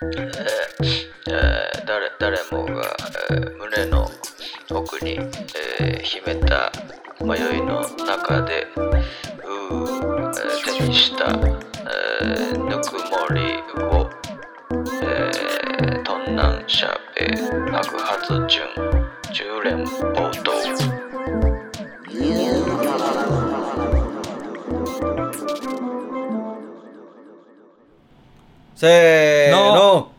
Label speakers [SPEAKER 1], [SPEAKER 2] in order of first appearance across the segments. [SPEAKER 1] えー誰誰もが、えー胸の奥に、えー秘めた迷いの中でうー、えー手にした、えーぬくもりを、えー、トンナンシャベ白髪純十連暴動
[SPEAKER 2] せーの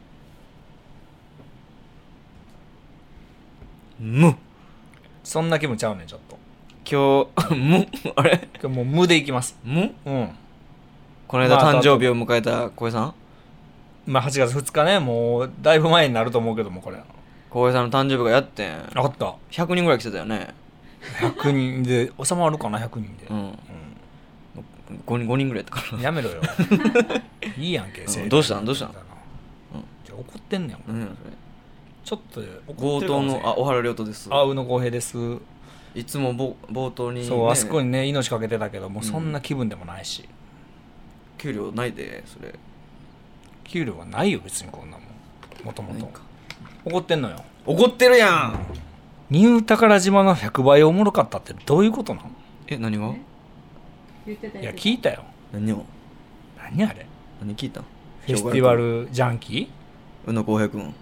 [SPEAKER 3] 無
[SPEAKER 2] そんな気分ちゃうねんちょっと
[SPEAKER 3] 今日 無あれ
[SPEAKER 2] 今日もう無でいきます
[SPEAKER 3] 無
[SPEAKER 2] うん
[SPEAKER 3] この間
[SPEAKER 2] まあ
[SPEAKER 3] 誕生日を迎えた小江さん
[SPEAKER 2] まあ8月2日ねもうだいぶ前になると思うけどもこれ
[SPEAKER 3] 小江さんの誕生日がやってん
[SPEAKER 2] 分かった
[SPEAKER 3] 100人ぐらい来てたよね
[SPEAKER 2] 100人で収まるかな100人で
[SPEAKER 3] う、ん5人 ,5 人ぐらいやったか
[SPEAKER 2] うんやめろ よいいやんけ、せいぜい
[SPEAKER 3] どうしたんどうしたん
[SPEAKER 2] じゃあ怒ってんねん
[SPEAKER 3] ら何やそれ
[SPEAKER 2] ちょっと怒っ
[SPEAKER 3] 冒
[SPEAKER 2] てるか
[SPEAKER 3] 頭
[SPEAKER 2] もしれ
[SPEAKER 3] の
[SPEAKER 2] ん
[SPEAKER 3] あ小原亮斗です
[SPEAKER 2] あ宇野浩平です、
[SPEAKER 3] いつもぼ冒頭に、ね、
[SPEAKER 2] そうあそこにね命かけてたけどもうそんな気分でもないし、
[SPEAKER 3] 給料ないでそれ
[SPEAKER 2] 給料はないよ別にこんなもんもとも
[SPEAKER 3] ない
[SPEAKER 2] と
[SPEAKER 3] か
[SPEAKER 2] 怒ってんのよ
[SPEAKER 3] 怒ってるやん
[SPEAKER 2] ニュー宝島の100倍おもろかったってどういうことなの
[SPEAKER 3] え何が
[SPEAKER 4] 言ってた
[SPEAKER 2] いや
[SPEAKER 4] やつ
[SPEAKER 2] 聞いたよ
[SPEAKER 3] 何を
[SPEAKER 2] 何あれ
[SPEAKER 3] 何聞いたん
[SPEAKER 2] フェスティバルジャンキー
[SPEAKER 3] 宇野浩平君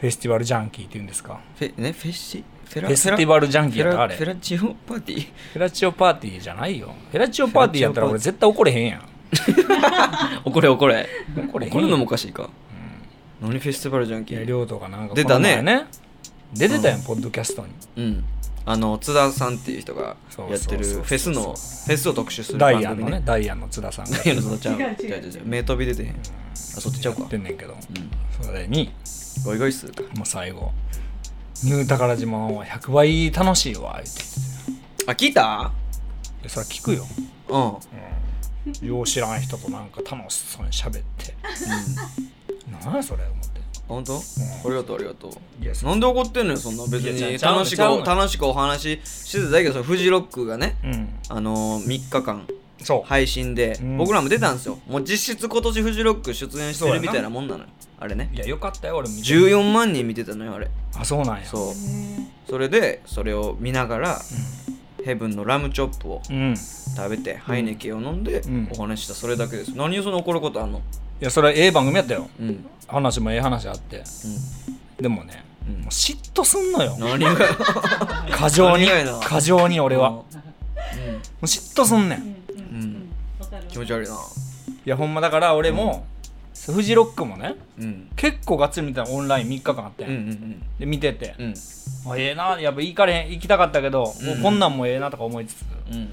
[SPEAKER 2] フェスティバルジャンキーって言うんですか
[SPEAKER 3] フェねフェッシフェ
[SPEAKER 2] フェスティバルジャンキーや
[SPEAKER 3] フ
[SPEAKER 2] っ
[SPEAKER 3] ェ
[SPEAKER 2] たあ
[SPEAKER 3] ラ
[SPEAKER 2] れ
[SPEAKER 3] フェ
[SPEAKER 2] フ
[SPEAKER 3] ラチオパーティー
[SPEAKER 2] ェラチオパーティーじゃないよフェラチオパーティーやったら
[SPEAKER 3] フェ
[SPEAKER 2] 俺
[SPEAKER 3] ラ
[SPEAKER 2] 絶対怒れへんやん
[SPEAKER 3] 怒れ怒れ
[SPEAKER 2] 怒れへん
[SPEAKER 3] 怒るのもおかしいか、何フェスティバルじゃん
[SPEAKER 2] い
[SPEAKER 3] け
[SPEAKER 2] や亮斗がなんか
[SPEAKER 3] 出たね
[SPEAKER 2] この前出てたやん、ポッドキャストに
[SPEAKER 3] うんあの津田さんっていう人が
[SPEAKER 2] そう
[SPEAKER 3] やってる
[SPEAKER 2] そうそうそう
[SPEAKER 3] フェスのフェスを特集する
[SPEAKER 2] ダ
[SPEAKER 3] 番
[SPEAKER 2] イアン
[SPEAKER 3] 組
[SPEAKER 2] のね
[SPEAKER 3] ね
[SPEAKER 2] ダイアンの津田さんが
[SPEAKER 3] ダイアンのちゃん
[SPEAKER 4] 違う違う
[SPEAKER 3] 違う違う違う目飛び出てへんあそっちちゃう
[SPEAKER 2] や
[SPEAKER 3] か
[SPEAKER 2] ってんねんけど、それに
[SPEAKER 3] ゴイゴイスーか
[SPEAKER 2] もう最後「ニュー宝島は100倍楽しいわ」って
[SPEAKER 3] あ聞いた
[SPEAKER 2] 言ってそれは聞くよ
[SPEAKER 3] うん、うん、
[SPEAKER 2] よう知らん人となんか楽しそうに喋って何やそれ思って
[SPEAKER 3] 本当、ありがとうありがとう
[SPEAKER 2] いやそう
[SPEAKER 3] なんで怒ってんのよそんな別
[SPEAKER 2] いや
[SPEAKER 3] に
[SPEAKER 2] ちゃうの
[SPEAKER 3] 楽し
[SPEAKER 2] ちゃうの
[SPEAKER 3] く楽しくお話ししてただけどそのフジロックがね
[SPEAKER 2] うん
[SPEAKER 3] あのー、3日間
[SPEAKER 2] そう、
[SPEAKER 3] 配信で、
[SPEAKER 2] うん
[SPEAKER 3] 僕らも出た んですよもう実質今年フジロック出演してるみたいなもんなのよあれね
[SPEAKER 2] い、やよかったよ俺も
[SPEAKER 3] 14万人見てたのよあれ
[SPEAKER 2] あそうなんや
[SPEAKER 3] そうそれでそれを見ながら、ヘブンのラムチョップを
[SPEAKER 2] うんい
[SPEAKER 3] 食べて、ハイネケンを飲んで、
[SPEAKER 2] うん
[SPEAKER 3] お話ししたそれだけです何をそんな怒ることあんの
[SPEAKER 2] やそれはええ番組やったよ
[SPEAKER 3] うんうん
[SPEAKER 2] 話もええ話あってでもね、
[SPEAKER 3] うん
[SPEAKER 2] もう嫉妬すんのよ
[SPEAKER 3] 何が
[SPEAKER 2] 過剰に
[SPEAKER 3] 何がやな
[SPEAKER 2] 過剰に俺はもう嫉妬すんねん、
[SPEAKER 4] うん
[SPEAKER 2] い
[SPEAKER 4] うんうんわかるわ
[SPEAKER 3] 気持ち悪いな
[SPEAKER 2] やほんまだから俺も、フジロックもね
[SPEAKER 3] うん
[SPEAKER 2] 結構ガッツリ見たのオンライン3日間あって、
[SPEAKER 3] うんうん
[SPEAKER 2] で見てて
[SPEAKER 3] う、ん
[SPEAKER 2] あええなやっぱ行かれへん行きたかったけど、
[SPEAKER 3] うん
[SPEAKER 2] もうこんなんもええなとか思いつつ
[SPEAKER 3] うん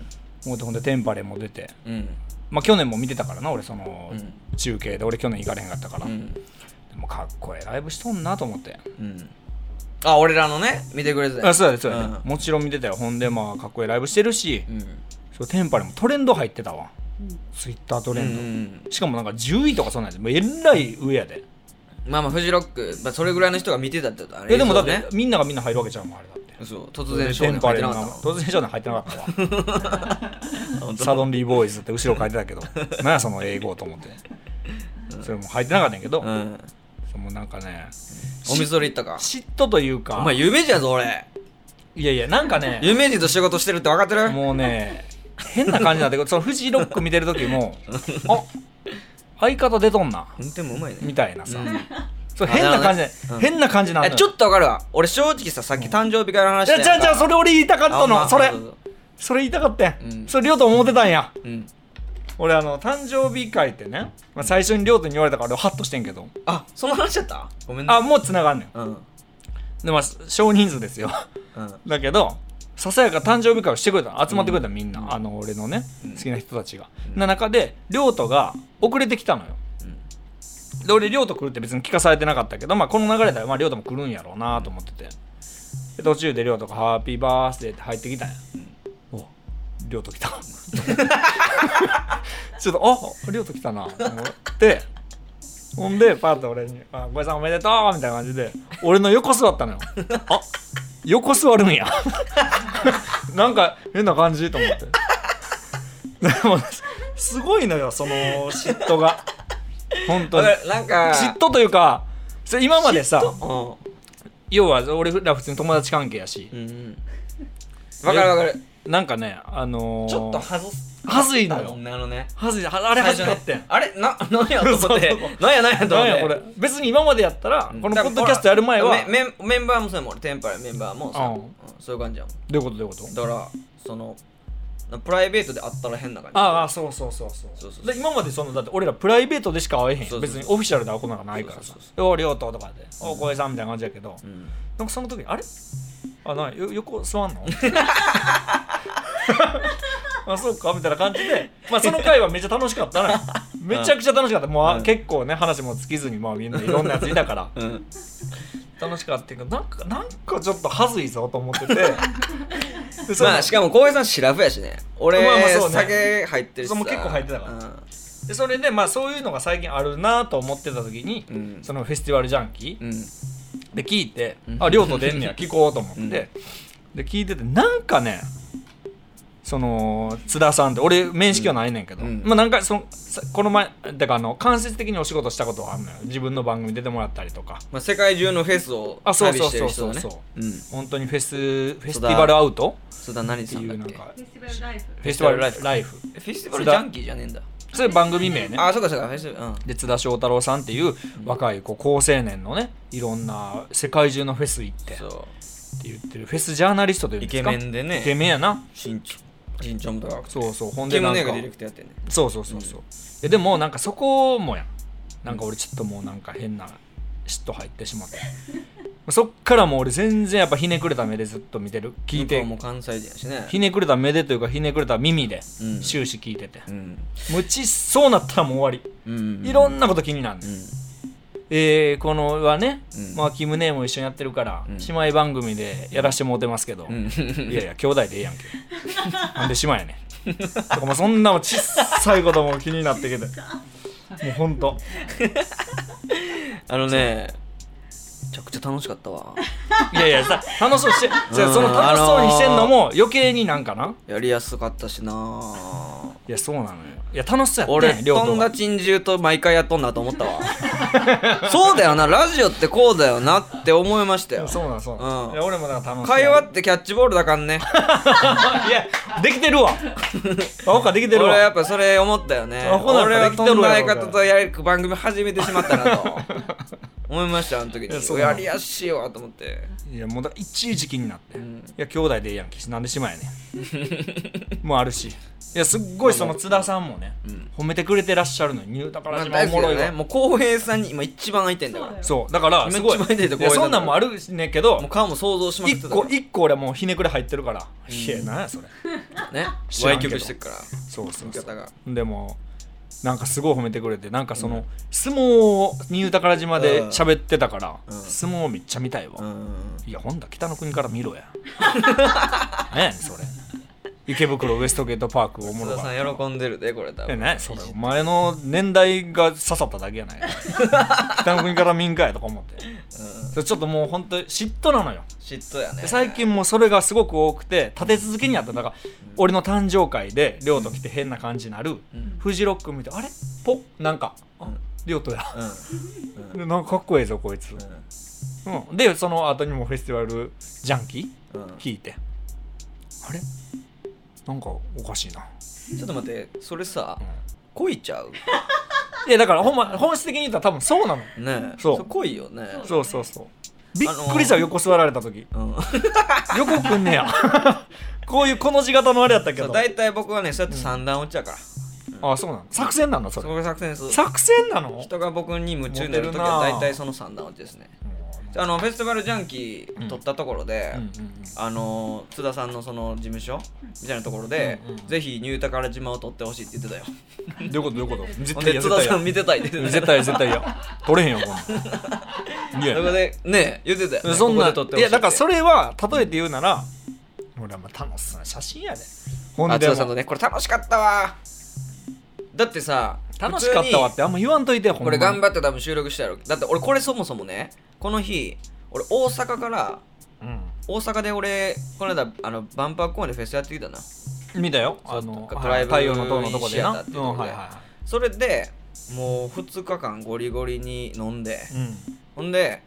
[SPEAKER 2] もうほんでテンパレも出て
[SPEAKER 3] うん
[SPEAKER 2] まあ去年も見てたからな俺その
[SPEAKER 3] うん
[SPEAKER 2] 中継で俺去年行かれへんかったから、
[SPEAKER 3] う
[SPEAKER 2] で
[SPEAKER 3] ん
[SPEAKER 2] もかっこええライブしとんなと思って、
[SPEAKER 3] うんあ俺らのね見てくれてたよ
[SPEAKER 2] あそうだねそうだね、
[SPEAKER 3] うん
[SPEAKER 2] もちろん見てたよほんでまあかっこええライブしてるし、
[SPEAKER 3] うん
[SPEAKER 2] そうテンパレもトレンド入ってたわツイッタートレ
[SPEAKER 3] うん
[SPEAKER 2] ンド、
[SPEAKER 3] うん
[SPEAKER 2] しかもなんか10位とかそんなんやでもうえらい上やで
[SPEAKER 3] まあまあフジロック、まあ、それぐらいの人が見てたってことだね
[SPEAKER 2] えでもだって、
[SPEAKER 3] 映像ね
[SPEAKER 2] みんながみんな入るわけじゃんもうあれだって
[SPEAKER 3] そう突然少
[SPEAKER 2] テ
[SPEAKER 3] 年
[SPEAKER 2] ンパ
[SPEAKER 3] 入
[SPEAKER 2] レ
[SPEAKER 3] って
[SPEAKER 2] の
[SPEAKER 3] なか
[SPEAKER 2] 名
[SPEAKER 3] っ
[SPEAKER 2] 前突然少年入ってなかったわ
[SPEAKER 3] たの
[SPEAKER 2] サドンリーボーイズって後ろ書いてた けど何やその英語と思ってそれも入ってなかったんやけど、
[SPEAKER 3] うん
[SPEAKER 2] そのなんかね
[SPEAKER 3] おみそれ行ったか
[SPEAKER 2] 嫉妬という
[SPEAKER 3] お
[SPEAKER 2] か
[SPEAKER 3] 前夢人やぞ俺
[SPEAKER 2] いやいやなんかね
[SPEAKER 3] 夢人と仕事してるって分かってる
[SPEAKER 2] もうね変な感じになってくるそのフジロック見てる時もあ相方出とんな
[SPEAKER 3] 運転もうまいね
[SPEAKER 2] みたいなさ、
[SPEAKER 3] うん
[SPEAKER 2] そう変な感じで、
[SPEAKER 3] うん
[SPEAKER 2] 変な感じなん
[SPEAKER 3] え
[SPEAKER 2] だ
[SPEAKER 3] ちょっと分かるわ俺正直ささっき誕生日会の話
[SPEAKER 2] いやじゃあじゃあそれ俺言いたかった
[SPEAKER 3] あま
[SPEAKER 2] の
[SPEAKER 3] あ
[SPEAKER 2] それ
[SPEAKER 3] うう
[SPEAKER 2] それ言いたかったん、
[SPEAKER 3] うん
[SPEAKER 2] それ亮と思ってたんや
[SPEAKER 3] そううん
[SPEAKER 2] 俺あの誕生日会ってね、まあ、最初に亮とに言われたから俺ハッとしてんけど
[SPEAKER 3] あその話やったごめんね
[SPEAKER 2] あもう繋がんねん
[SPEAKER 3] うん
[SPEAKER 2] でまあ少人数ですよ
[SPEAKER 3] うん
[SPEAKER 2] だけどささやか誕生日会をしてくれたの集まってくれたのみんな、あの俺のね、
[SPEAKER 3] うん
[SPEAKER 2] 好きな人たちが、な中で亮斗が遅れてきたのよで俺亮斗来るって別に聞かされてなかったけど、まあ、この流れではまあ亮斗も来るんやろうなと思っててで途中で亮斗が「ハッピーバースデー」って入ってきたんや、お亮斗来たちょっと「あ亮斗来たな」と思ってほんでパッと俺に「あ小林さんおめでとう」みたいな感じで俺の横座ったのよあ横座るんやなんか変な感じと思ってでもすごいのよその嫉妬が本当に
[SPEAKER 3] 俺なんか
[SPEAKER 2] 嫉妬というかそれ今までさ
[SPEAKER 3] 妬
[SPEAKER 2] 要は俺ら普通に友達関係やし
[SPEAKER 3] う、んうんわかるわかる
[SPEAKER 2] なんかねあのー、
[SPEAKER 3] ちょっとはずす
[SPEAKER 2] はずいのよ
[SPEAKER 3] なのね
[SPEAKER 2] はずいああれ恥ずかってん、
[SPEAKER 3] あれな何やと思 って
[SPEAKER 2] そうそう
[SPEAKER 3] 何や何やと
[SPEAKER 2] なん
[SPEAKER 3] 思っ
[SPEAKER 2] や
[SPEAKER 3] て
[SPEAKER 2] これ別に今までやったら、
[SPEAKER 3] うん
[SPEAKER 2] このポッドキャストやる前は
[SPEAKER 3] だからメメンメンバーもそうやもん俺テンパラメンバーもさ、
[SPEAKER 2] うん
[SPEAKER 3] うんそういう感じやも
[SPEAKER 2] どういうことどういうこと
[SPEAKER 3] んだからそのプライベートで会ったら変な感じ
[SPEAKER 2] ああそうそうそうそう
[SPEAKER 3] そうそうそう
[SPEAKER 2] で今までそのだって俺らプライベートでしか会えへん
[SPEAKER 3] そうそうそう
[SPEAKER 2] 別にオフィシャルで会うことなんかないからさ
[SPEAKER 3] そうそ
[SPEAKER 2] 「
[SPEAKER 3] う
[SPEAKER 2] おう亮太」とかで「おう浩平さん」みたいな感じやけど、
[SPEAKER 3] うん
[SPEAKER 2] なんかその時にあれあなよ横座 んの あそうかみたいな感じで、まあ、その回はめっちゃ楽しかった なめちゃくちゃ楽しかったもうあ、
[SPEAKER 3] うん
[SPEAKER 2] 結構ね話も尽きずに、まあ、みんないろんなやついたから
[SPEAKER 3] うん
[SPEAKER 2] 楽しかったけどなんかなんかちょっと恥ずいぞと思っててでその
[SPEAKER 3] まあしかも浩平さんシラフやしね俺、
[SPEAKER 2] まあまあそうね
[SPEAKER 3] 酒入ってるしさ
[SPEAKER 2] そうもう結構入ってたから
[SPEAKER 3] うん
[SPEAKER 2] でそれでまあそういうのが最近あるなと思ってた時に、
[SPEAKER 3] うん
[SPEAKER 2] そのフェスティバルジャンキ
[SPEAKER 3] うん
[SPEAKER 2] ーで聞いて、
[SPEAKER 3] うん
[SPEAKER 2] あ亮と出んねや聞こうと思って、
[SPEAKER 3] うん
[SPEAKER 2] で聞いててなんかねその津田さんって俺面識はないねんけど、
[SPEAKER 3] うん
[SPEAKER 2] まあなんかそのさこの前だからあの間接的にお仕事したことはあるのよ自分の番組出てもらったりとか
[SPEAKER 3] まあ、世界中のフェスを
[SPEAKER 2] あそう
[SPEAKER 3] 旅
[SPEAKER 2] そう
[SPEAKER 3] して
[SPEAKER 2] そ
[SPEAKER 3] る
[SPEAKER 2] う
[SPEAKER 3] 人
[SPEAKER 2] そう
[SPEAKER 3] ね
[SPEAKER 2] そう
[SPEAKER 3] うん
[SPEAKER 2] 本当にフェスフェスティバルアウト
[SPEAKER 3] 須田何
[SPEAKER 2] って
[SPEAKER 3] さ
[SPEAKER 2] い
[SPEAKER 3] んだ
[SPEAKER 2] う
[SPEAKER 3] っ
[SPEAKER 2] なん
[SPEAKER 3] け
[SPEAKER 2] か
[SPEAKER 4] フェスティバルライフ
[SPEAKER 2] フェスティバルライフライフ
[SPEAKER 3] フェスティバルジャンキーじゃねえんだ
[SPEAKER 2] それ番組名ね
[SPEAKER 3] あそうかそうかフェスティバルうん
[SPEAKER 2] で津田翔太郎さんっていう若いこう高青年のねいろんな世界中のフェス行ってって
[SPEAKER 3] そ
[SPEAKER 2] 言ってるフェスジャーナリストというん
[SPEAKER 3] うイ
[SPEAKER 2] です
[SPEAKER 3] ケ
[SPEAKER 2] か
[SPEAKER 3] メンでね
[SPEAKER 2] イケメンやな
[SPEAKER 3] 身長身長も高くて
[SPEAKER 2] そうそうほん
[SPEAKER 3] キ
[SPEAKER 2] で
[SPEAKER 3] ム
[SPEAKER 2] なん
[SPEAKER 3] ネが
[SPEAKER 2] か
[SPEAKER 3] ディレクターやってんね
[SPEAKER 2] そうそうそうそう、えでもなんかそこもやんなんか俺ちょっともうなんか変な嫉妬入ってしまってそっからもう俺全然やっぱひねくれた目でずっと見てる聞い
[SPEAKER 3] 向
[SPEAKER 2] て
[SPEAKER 3] こうも関西人やしね
[SPEAKER 2] ひねくれた目でというかひねくれた耳で
[SPEAKER 3] うん
[SPEAKER 2] 終始聞いてて、
[SPEAKER 3] うん
[SPEAKER 2] もうちそうなったらもう終わ
[SPEAKER 3] うん
[SPEAKER 2] りいろ
[SPEAKER 3] なん
[SPEAKER 2] なこと気になる、ねん
[SPEAKER 3] う、ん
[SPEAKER 2] えーこのはね、
[SPEAKER 3] うん
[SPEAKER 2] まあ、キムネも一緒にやってるから、
[SPEAKER 3] うん
[SPEAKER 2] 姉妹番組でやらしてもうてますけど、
[SPEAKER 3] うん
[SPEAKER 2] いやいや兄弟でええやんけなんで姉妹やねんとかもうそんなもん小さいことも気になってきてもうほんと
[SPEAKER 3] あのねめちゃくちゃ楽しかったわ
[SPEAKER 2] いやいやさ楽しそうにしてじゃあ
[SPEAKER 3] うん
[SPEAKER 2] その楽しそうにしてんのも余計になんかな
[SPEAKER 3] やりやすかったし ない
[SPEAKER 2] やそうなのよいや楽しそうやった
[SPEAKER 3] 俺
[SPEAKER 2] ね両方
[SPEAKER 3] 友達ん中と毎回やっとんなと思ったわ そうだよなラジオってこうだよなって思いましたよ
[SPEAKER 2] そうなんそうなん、
[SPEAKER 3] うん
[SPEAKER 2] いや俺もなんか楽しそう
[SPEAKER 3] 会話ってキャッチボールだか んね
[SPEAKER 2] いやできて るわあほかできてる
[SPEAKER 3] 俺はや
[SPEAKER 2] わ
[SPEAKER 3] っぱそれ思ったよね
[SPEAKER 2] あほな
[SPEAKER 3] 俺は
[SPEAKER 2] できて
[SPEAKER 3] と
[SPEAKER 2] る
[SPEAKER 3] ん
[SPEAKER 2] わ
[SPEAKER 3] だ相方とやる番組始めてしまった なと思いましたあの時
[SPEAKER 2] いやそう
[SPEAKER 3] にやりやすいわと思って
[SPEAKER 2] いやもうだからいちいち気になって、
[SPEAKER 3] ん
[SPEAKER 2] いや兄弟でええやんけなんで姉妹やねんもうあるしいやすっごいその津田さんもね、
[SPEAKER 3] ん
[SPEAKER 2] 褒めてくれてらっしゃるのにだから
[SPEAKER 3] まあ
[SPEAKER 2] 自分おも
[SPEAKER 3] 大好きだ
[SPEAKER 2] ろい
[SPEAKER 3] よ
[SPEAKER 2] わ、
[SPEAKER 3] ねもう浩平さんに今一番空いてんだか
[SPEAKER 4] そう
[SPEAKER 2] そうだ
[SPEAKER 3] ら
[SPEAKER 4] だよ
[SPEAKER 2] からすごい
[SPEAKER 3] 今一番出てこう
[SPEAKER 2] いや
[SPEAKER 3] いうの
[SPEAKER 2] そんなんもあるねんけど
[SPEAKER 3] もう顔も想像しまくって
[SPEAKER 2] 一
[SPEAKER 3] た
[SPEAKER 2] 個一個俺はもうひねくれ入ってるから、いやなんやそれ
[SPEAKER 3] ね
[SPEAKER 2] 知らん
[SPEAKER 3] 歪
[SPEAKER 2] けど
[SPEAKER 3] 曲してるから
[SPEAKER 2] そうそう
[SPEAKER 3] 味
[SPEAKER 2] そ
[SPEAKER 3] 方が
[SPEAKER 2] うでもなんかすごい褒めてくれてなんかその、相撲をニュー宝島で喋ってたから、
[SPEAKER 3] うん
[SPEAKER 2] 相撲めっちゃ見たいわ、
[SPEAKER 3] うん
[SPEAKER 2] いや、ほんだ北の国から見ろや。何やねん、それ。池袋ウエストゲートパークおもろ
[SPEAKER 3] 須
[SPEAKER 2] かっ
[SPEAKER 3] 田
[SPEAKER 2] た。
[SPEAKER 3] さん喜んでるでこれ多
[SPEAKER 2] え、
[SPEAKER 3] 分
[SPEAKER 2] 何やそれ。お前の年代が刺さっただけやないか。北の国から民家やとか思って。それちょっともう本当嫉妬なのよ。
[SPEAKER 3] 嫉妬やね
[SPEAKER 2] で最近もうそれがすごく多くて、立て続けにあった。だから、俺の誕生会で、亮と来て変な感じになる。
[SPEAKER 3] うん
[SPEAKER 2] フジロック見て、あれポッなんか、あ
[SPEAKER 3] うん
[SPEAKER 2] 亮とや。
[SPEAKER 3] うん
[SPEAKER 2] でなんかかっこええぞ、こいつ。うん、で、その後にもフェスティバルジャンキー
[SPEAKER 3] うんうん
[SPEAKER 2] 引いてあれなんかおかしいな、
[SPEAKER 3] ちょっと待ってそれさ
[SPEAKER 2] う、
[SPEAKER 3] 恋ちゃうん
[SPEAKER 2] いやだからほん、ま、本質的に言ったら多分そうなの
[SPEAKER 3] ねえ
[SPEAKER 2] そう
[SPEAKER 3] 恋よね
[SPEAKER 4] そう
[SPEAKER 2] そうそうそうびっくりした、
[SPEAKER 3] あのー
[SPEAKER 2] 横座られた時
[SPEAKER 3] うん
[SPEAKER 2] 横くんねや こういうこの字型のあれやったけ
[SPEAKER 3] そう
[SPEAKER 2] ど
[SPEAKER 3] 大体僕はねそうやって三段落ちやから
[SPEAKER 2] あそうなの作戦なのそ
[SPEAKER 3] そ
[SPEAKER 2] れ
[SPEAKER 3] こが作戦です
[SPEAKER 2] 作戦なの
[SPEAKER 3] 人が僕に夢中になるときは
[SPEAKER 2] モテるな
[SPEAKER 3] 大体その三段落ちですねあのフェスティバルジャンキー撮ったところで、
[SPEAKER 2] うんうん
[SPEAKER 3] あの津田さんのその事務所みたいなところで、
[SPEAKER 2] うんうん
[SPEAKER 3] ぜひニュータから島を撮ってほしいって言ってたよ
[SPEAKER 2] うんどういうことどういうこと絶
[SPEAKER 3] ほん
[SPEAKER 2] 対
[SPEAKER 3] で
[SPEAKER 2] や
[SPEAKER 3] 津
[SPEAKER 2] 絶
[SPEAKER 3] 田
[SPEAKER 2] 対
[SPEAKER 3] さ
[SPEAKER 2] や
[SPEAKER 3] ん見てた いって言って
[SPEAKER 2] 絶
[SPEAKER 3] たよ
[SPEAKER 2] 対や絶対や取れへんよこんなんいや
[SPEAKER 3] そこでね言ってたよ、ね、
[SPEAKER 2] そんな
[SPEAKER 3] ここで撮ってほし
[SPEAKER 2] い
[SPEAKER 3] い
[SPEAKER 2] やだからそ
[SPEAKER 3] れ
[SPEAKER 2] れは例えて言うなら俺はまあ楽しそうな写真やでほ
[SPEAKER 3] あ
[SPEAKER 2] で
[SPEAKER 3] 津
[SPEAKER 2] も
[SPEAKER 3] 田さんとねこれ楽しかったわだってさ
[SPEAKER 2] 楽しかったわっ
[SPEAKER 3] 普通に
[SPEAKER 2] てあんま言わんといてよほん
[SPEAKER 3] こ
[SPEAKER 2] ま
[SPEAKER 3] れ
[SPEAKER 2] に
[SPEAKER 3] 頑張って多分収録したやろだって俺これそもそもねこの日俺大阪から
[SPEAKER 2] う
[SPEAKER 3] 大阪で俺この間あのバンパー公園でフェスやってきたなん
[SPEAKER 2] 見たよ
[SPEAKER 3] そう
[SPEAKER 2] あの
[SPEAKER 3] とか
[SPEAKER 2] はい
[SPEAKER 3] ドライブ
[SPEAKER 2] 太陽の塔のとこで
[SPEAKER 3] シア
[SPEAKER 2] な
[SPEAKER 3] ターっていう
[SPEAKER 2] うん
[SPEAKER 3] とこ
[SPEAKER 2] はい
[SPEAKER 3] で
[SPEAKER 2] は
[SPEAKER 3] それでもう2日間ゴリゴリに飲んで、
[SPEAKER 2] うん
[SPEAKER 3] ほんで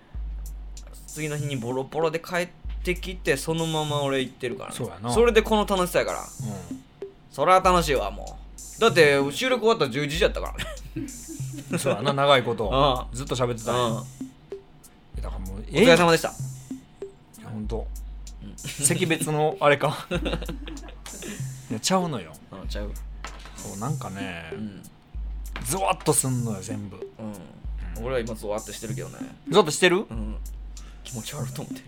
[SPEAKER 3] 次の日にボロボロで帰ってきてそのまま俺行ってるから、ね、
[SPEAKER 2] そうやな
[SPEAKER 3] れでこの楽しさやからそら楽しいわもうだって収録終わったら10時やったからね
[SPEAKER 2] うん、そうやな長いこと
[SPEAKER 3] あ
[SPEAKER 2] ずっと喋ってた、
[SPEAKER 3] うん
[SPEAKER 2] ね、だからもう
[SPEAKER 3] お疲れ様でした
[SPEAKER 2] いや本当惜別のあれ かいやちゃうのよ
[SPEAKER 3] うんちゃう
[SPEAKER 2] そうなんかね
[SPEAKER 3] うん、
[SPEAKER 2] ゾワッとすんのよ全部
[SPEAKER 3] うん、俺は今ゾワッとしてるけどね
[SPEAKER 2] ゾワッとしてる
[SPEAKER 3] うん気持ち悪いと思って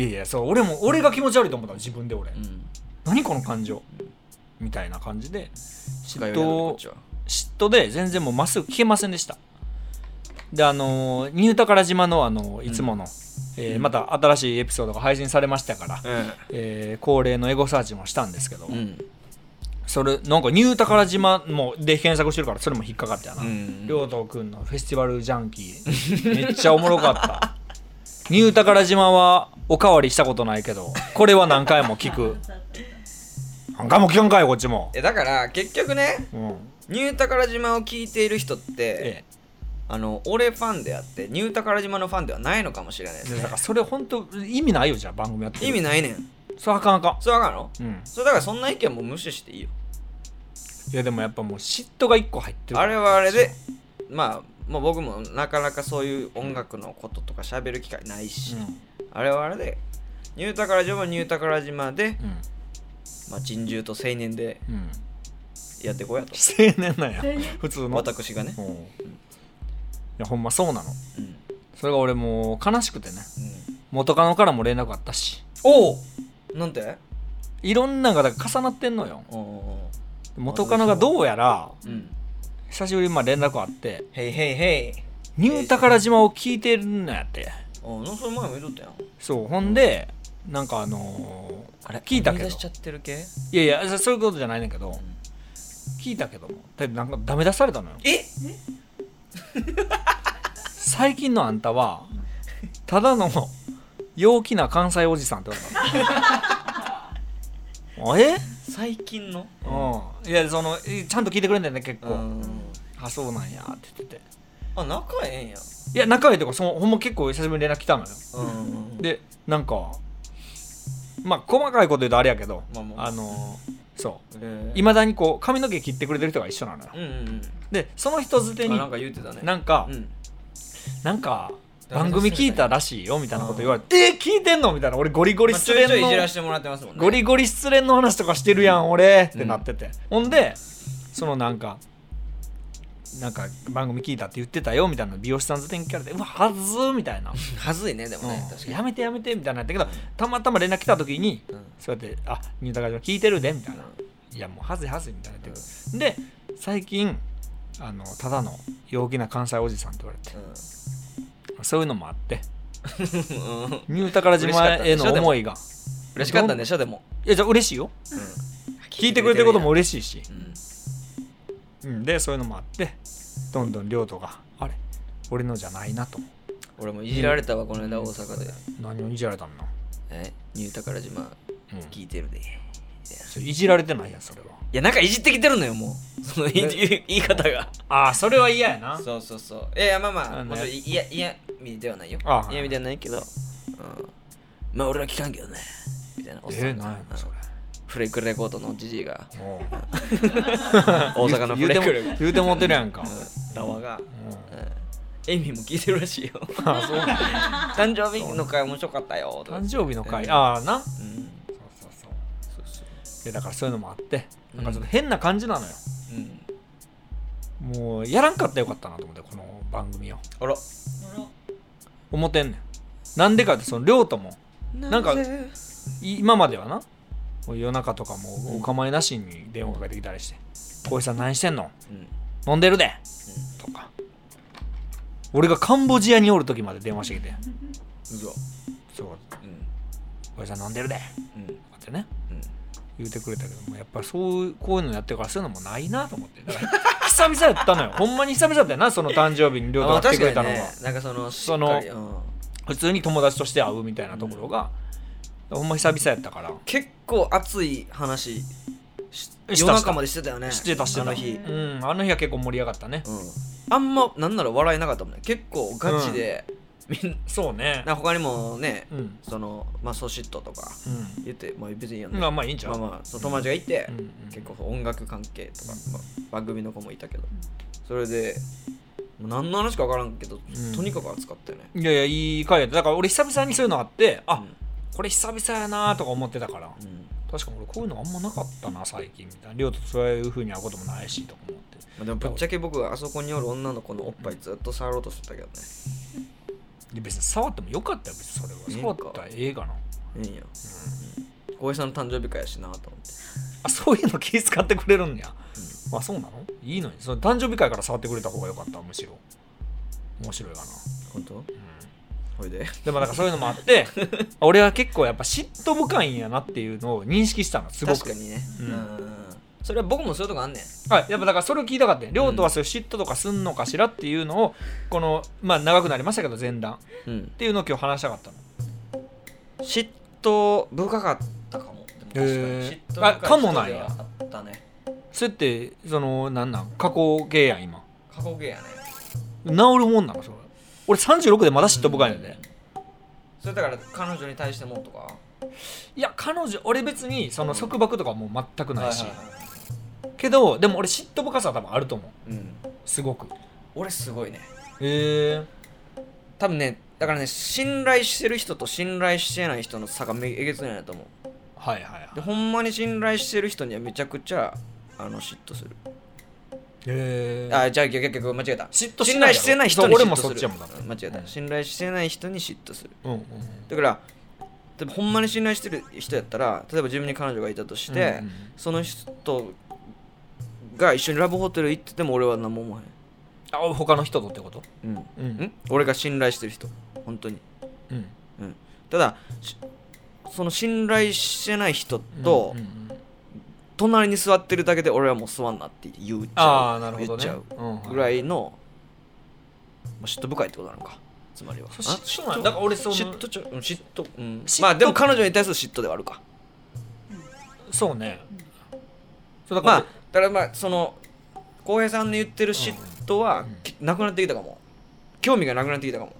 [SPEAKER 2] いやいやそう俺も俺が気持ち悪いと思ったの自分で俺、
[SPEAKER 3] うん
[SPEAKER 2] 何この感情みたいな感じで
[SPEAKER 3] 視
[SPEAKER 2] 嫉妬嫉妬で全然もうまっすぐ聞けませんでしたであのー新歌から島のあのーいつもの、えーまた新しいエピソードが配信されましたから、えー恒例のエゴサーチもしたんですけど、
[SPEAKER 3] うん
[SPEAKER 2] それなんかニュータカラ島もで検索してるからそれも引っかかったよな
[SPEAKER 3] うん
[SPEAKER 2] 亮斗、くんのフェスティバルジャンキーめっちゃおもろかった ニュータカラ島はおかわりしたことないけどこれは何回も聞 く何回も聞かんかいこっちも、
[SPEAKER 3] えだから結局ね
[SPEAKER 2] うん
[SPEAKER 3] ニュータカラ島を聞いている人って、
[SPEAKER 2] え
[SPEAKER 3] あの俺ファンであってニュータカラ島のファンではないのかもしれないで
[SPEAKER 2] え、
[SPEAKER 3] す
[SPEAKER 2] でだ
[SPEAKER 3] ね
[SPEAKER 2] からそれ本当意味ないよじゃあ番組やってる
[SPEAKER 3] 意味ないねん
[SPEAKER 2] それあかんあかん
[SPEAKER 3] それわかんの
[SPEAKER 2] うん
[SPEAKER 3] それだからそんな意見も無視していいよ
[SPEAKER 2] いやでもやっぱもう嫉妬が一個入ってる
[SPEAKER 3] あれはあれでまあもう僕もなかなかそういう音楽のこととか喋る機会ないし、
[SPEAKER 2] うんうん
[SPEAKER 3] あれはあれでニュータカラ島はニュータカラ島で、まあ、珍獣と青年で
[SPEAKER 2] うん
[SPEAKER 3] やってこうやと
[SPEAKER 2] 青年なんや
[SPEAKER 4] 青年
[SPEAKER 2] 普通の
[SPEAKER 3] 私がね
[SPEAKER 2] うんいやほんまそうなの
[SPEAKER 3] うん、
[SPEAKER 2] それが俺もう悲しくてね
[SPEAKER 3] うん
[SPEAKER 2] 元カノからも連絡あったし
[SPEAKER 3] おおなんて
[SPEAKER 2] いろんなのがだから重なってんのよ
[SPEAKER 3] おお
[SPEAKER 2] 元カノがどうやら
[SPEAKER 3] うん
[SPEAKER 2] 久しぶりにまあ連絡あって
[SPEAKER 3] へいへいへい
[SPEAKER 2] 「ニュー宝島を聞いてるんやって
[SPEAKER 3] おおそれ前も言うとったやん
[SPEAKER 2] そうほんでなんかあのー聞いたけ
[SPEAKER 3] 思
[SPEAKER 2] ど
[SPEAKER 3] 出しちゃってる系
[SPEAKER 2] いやいやそそういうことじゃないねんけど聞いたけどもだなんかダメ出されたのよ
[SPEAKER 3] え
[SPEAKER 2] 最近のあんたはただの陽気な関西おじさんって言われたの え
[SPEAKER 3] 最近の
[SPEAKER 2] うんいやそのいちゃんと聞いてくれんだよね結
[SPEAKER 3] う
[SPEAKER 2] 構
[SPEAKER 3] ん
[SPEAKER 2] あそうなんやって言ってて
[SPEAKER 3] あ仲ええんや
[SPEAKER 2] いや仲いいとかそのほんま結構久しぶりに連絡来たのよ
[SPEAKER 3] うん
[SPEAKER 2] でなんかまあ細かいこと言うとあれやけど、
[SPEAKER 3] まあまあ
[SPEAKER 2] あのーそう
[SPEAKER 3] え
[SPEAKER 2] いまだにこう髪の毛切ってくれてる人が一緒なのよ
[SPEAKER 3] うんうん
[SPEAKER 2] でその人づて
[SPEAKER 3] うん
[SPEAKER 2] に
[SPEAKER 3] あなんか言うてたね
[SPEAKER 2] なんか、
[SPEAKER 3] うん
[SPEAKER 2] なんか
[SPEAKER 3] ダ
[SPEAKER 2] 番
[SPEAKER 3] メ出し
[SPEAKER 2] 組聞いたらしいよみたいなこと言われて「えー聞いてんの?」みたいな俺ゴリゴリ
[SPEAKER 3] まあ
[SPEAKER 2] 失
[SPEAKER 3] ちょい
[SPEAKER 2] 恋
[SPEAKER 3] ちょいいじ
[SPEAKER 2] の、
[SPEAKER 3] らしてもらってますもんね
[SPEAKER 2] ゴリゴリ失恋の話とかしてるやん俺、
[SPEAKER 3] うん
[SPEAKER 2] ってなっててほんでそのなんかなんか番組聞いたって言ってたよみたいな美容師さんづてに聞かれて「うわはずー」みたいな
[SPEAKER 3] はずいねでもね
[SPEAKER 2] うん
[SPEAKER 3] 確かに
[SPEAKER 2] やめてやめてみたいなやったけどたまたま連絡来た時に、
[SPEAKER 3] うん
[SPEAKER 2] そうやって「あニュータカジ聞いてるで」みたいな「いやもうはずいはずい」みたいなやってで最近あのただの陽気な関西おじさんって言われて、そういうのもあって
[SPEAKER 3] うんうん
[SPEAKER 2] ニュータカラ島への思いが
[SPEAKER 3] 嬉しかったんでしょでも
[SPEAKER 2] いやじゃあ嬉しいよ
[SPEAKER 3] うん
[SPEAKER 2] 聞いてくれてることも嬉しいし、
[SPEAKER 3] うん
[SPEAKER 2] うん、でそういうのもあってどんどん亮斗が「あれ俺のじゃないな」と
[SPEAKER 3] 俺もいじられたわこの間大阪で
[SPEAKER 2] 何をいじられたんだ、
[SPEAKER 3] えニュータカラ島
[SPEAKER 2] うん
[SPEAKER 3] 聞いてるでい
[SPEAKER 2] それいじられてないやんそれは
[SPEAKER 3] やなんかいじってきてるのよも うそのい言い方が
[SPEAKER 2] ああそれは嫌やな
[SPEAKER 3] そうそうそういやいやまあま
[SPEAKER 2] あ
[SPEAKER 3] あ
[SPEAKER 2] のね
[SPEAKER 3] もちろんいいやいや味ではないよ
[SPEAKER 2] あはい
[SPEAKER 3] いや味ではないけど、うん、まあ俺は聞かんけどねみたいなおっさんが
[SPEAKER 2] えー、なんや
[SPEAKER 3] うん
[SPEAKER 2] それ
[SPEAKER 3] フレックレコードのじじ いが
[SPEAKER 2] おう
[SPEAKER 3] 大阪のフレックレコ
[SPEAKER 2] 言うても
[SPEAKER 3] ー
[SPEAKER 2] 言うてもうてるやんか、
[SPEAKER 3] ドだわが、
[SPEAKER 2] う
[SPEAKER 3] エミも聞いてるらしいよ
[SPEAKER 2] ん、あそう
[SPEAKER 3] 誕生日の会面白かったよとか
[SPEAKER 2] 誕生日の会、
[SPEAKER 3] うん
[SPEAKER 2] ああな
[SPEAKER 3] うん
[SPEAKER 2] そうそうそうでだからそういうのもあってなんかちょっと変な感じなのよ、
[SPEAKER 3] うん
[SPEAKER 2] もうやらんかったらよかったなと思ってこの番組を
[SPEAKER 3] あら
[SPEAKER 2] 思ってんねんなんでかってその亮ともなんかい今まではなもう夜中とかもお構いなしに電話かけてきたりして「浩、う、さん何してんの
[SPEAKER 3] うん
[SPEAKER 2] 飲んでるで」とか俺がカンボジアにおる時まで電話してきて
[SPEAKER 3] うぞ
[SPEAKER 2] 「そう
[SPEAKER 3] うん
[SPEAKER 2] 浩さん飲んでるで」
[SPEAKER 3] うん
[SPEAKER 2] とかってね
[SPEAKER 3] うん
[SPEAKER 2] 言うてくれたけどもやっぱそういうこういうのやってるからそういうのもないなと思ってだから久々やったのよほんまに久々やったよなその誕生日に亮太
[SPEAKER 3] あま
[SPEAKER 2] が
[SPEAKER 3] あ
[SPEAKER 2] 来てく
[SPEAKER 3] 確か
[SPEAKER 2] れ
[SPEAKER 3] に
[SPEAKER 2] たのが、
[SPEAKER 3] ねなんかその
[SPEAKER 2] その
[SPEAKER 3] しっかりうん
[SPEAKER 2] 普通に友達として会うみたいなところが、ほんま久々やったから
[SPEAKER 3] 結構熱い話し
[SPEAKER 2] した
[SPEAKER 3] 夜中までしてたよね
[SPEAKER 2] してたしてた
[SPEAKER 3] あの日
[SPEAKER 2] うんあの日は結構盛り上がったね
[SPEAKER 3] うんあんまなんなら笑えなかったもんね結構ガチで、みん
[SPEAKER 2] そうね
[SPEAKER 3] な他にもね、
[SPEAKER 2] うん
[SPEAKER 3] そのまあソシットとか
[SPEAKER 2] うん
[SPEAKER 3] 言ってまあ別にいいよね、
[SPEAKER 2] まあまあいいんちゃう、
[SPEAKER 3] まあまあその友達がいて、
[SPEAKER 2] うんうん
[SPEAKER 3] 結構音楽関係とか、まあ番組の子もいたけどそれでもう何の話か分からんけど、
[SPEAKER 2] ん
[SPEAKER 3] とにかく熱かったよね、
[SPEAKER 2] いやいやいい回やっただから俺久々にそういうのあってあ、
[SPEAKER 3] うん
[SPEAKER 2] これ久々やなとか思ってたから
[SPEAKER 3] うん
[SPEAKER 2] 確かに俺こういうのあんまなかったな最近みたいな亮とそういうふうに会うこともないしとか思って
[SPEAKER 3] まあ、でもぶっちゃけ僕はあそこにおる女の子のおっぱいずっと触ろうとしてたけどね、
[SPEAKER 2] で別に触ってもよかったよ別にそれは触ったらええかな
[SPEAKER 3] ええんや、うん浩平さんの誕生日会やしなと思って
[SPEAKER 2] あそういうの気遣ってくれるんや、あそうなのいいのにその誕生日会から触ってくれた方がよかったむしろ面白いかな、
[SPEAKER 3] 本当
[SPEAKER 2] うん、
[SPEAKER 3] ほいで
[SPEAKER 2] でもなんかそういうのもあって 俺は結構やっぱ嫉妬深いんやなっていうのを認識したのすご
[SPEAKER 3] 確
[SPEAKER 2] く
[SPEAKER 3] かにね、
[SPEAKER 2] う
[SPEAKER 3] うんん、それは僕もそういうとこあんねん
[SPEAKER 2] はい、やっぱだからそれを聞いたかったよ亮とはそういう嫉妬とかすんのかしらっていうのをこのまあ長くなりましたけど前段っ
[SPEAKER 3] うん
[SPEAKER 2] ていうのを今日話したかったの
[SPEAKER 3] 嫉妬深かったかもで
[SPEAKER 2] へー
[SPEAKER 3] も確かに嫉妬深い人
[SPEAKER 2] あかもなんや
[SPEAKER 3] ではあったね
[SPEAKER 2] それってそのなんなん過去形やん今
[SPEAKER 3] 過去形やね
[SPEAKER 2] 治るもんなのそれ俺36でまだ嫉妬深いので、
[SPEAKER 3] それだから彼女に対してもとか
[SPEAKER 2] いや彼女俺別にその束縛とかもう全くないし、
[SPEAKER 3] はいはいはい
[SPEAKER 2] けどでも俺嫉妬深さは多分あると思う
[SPEAKER 3] うん、
[SPEAKER 2] すごく
[SPEAKER 3] 俺すごいね
[SPEAKER 2] へえ
[SPEAKER 3] 多分ねだからね信頼してる人と信頼してない人の差がめえげつないなと思う
[SPEAKER 2] はいはいはい
[SPEAKER 3] でほんまに信頼してる人にはめちゃくちゃあの嫉妬する
[SPEAKER 2] へえ
[SPEAKER 3] あじゃあ逆逆間違えた
[SPEAKER 2] 嫉妬し
[SPEAKER 3] 信
[SPEAKER 2] ないやろ
[SPEAKER 3] 頼してない人に嫉妬
[SPEAKER 2] そう俺
[SPEAKER 3] する
[SPEAKER 2] もそっちやもんだって
[SPEAKER 3] 間違えた、
[SPEAKER 2] うん
[SPEAKER 3] 信頼してない人に嫉妬する
[SPEAKER 2] うんうん
[SPEAKER 3] だからでもほんまに信頼してる人やったら例えば自分に彼女がいたとして、
[SPEAKER 2] うんうん
[SPEAKER 3] その人が一緒にラブホテル行ってても俺は何も思わ
[SPEAKER 2] あ他の人とってこと
[SPEAKER 3] へん,、
[SPEAKER 2] うん
[SPEAKER 3] うん、俺が信頼してる人本当に、
[SPEAKER 2] うん
[SPEAKER 3] うん、ただしその信頼してない人と、
[SPEAKER 2] うんうんうん
[SPEAKER 3] 隣に座ってるだけで俺はもう座んなって言っちゃ
[SPEAKER 2] あ
[SPEAKER 3] う
[SPEAKER 2] あなるほどね
[SPEAKER 3] 言っちゃう
[SPEAKER 2] うんは
[SPEAKER 3] ぐらいの、まあ、嫉妬深いってことなのかつまりは
[SPEAKER 2] そう嫉妬なんだから俺その
[SPEAKER 3] 嫉妬ちょうん嫉妬うん
[SPEAKER 2] 嫉妬
[SPEAKER 3] まあでも彼女に対する嫉妬ではあるか
[SPEAKER 2] そうねそうだか
[SPEAKER 3] ま
[SPEAKER 2] ら、
[SPEAKER 3] あだからまあその浩平さんの言ってる嫉妬は
[SPEAKER 2] うん
[SPEAKER 3] きなくなってきたかも興味がなくなってきたかも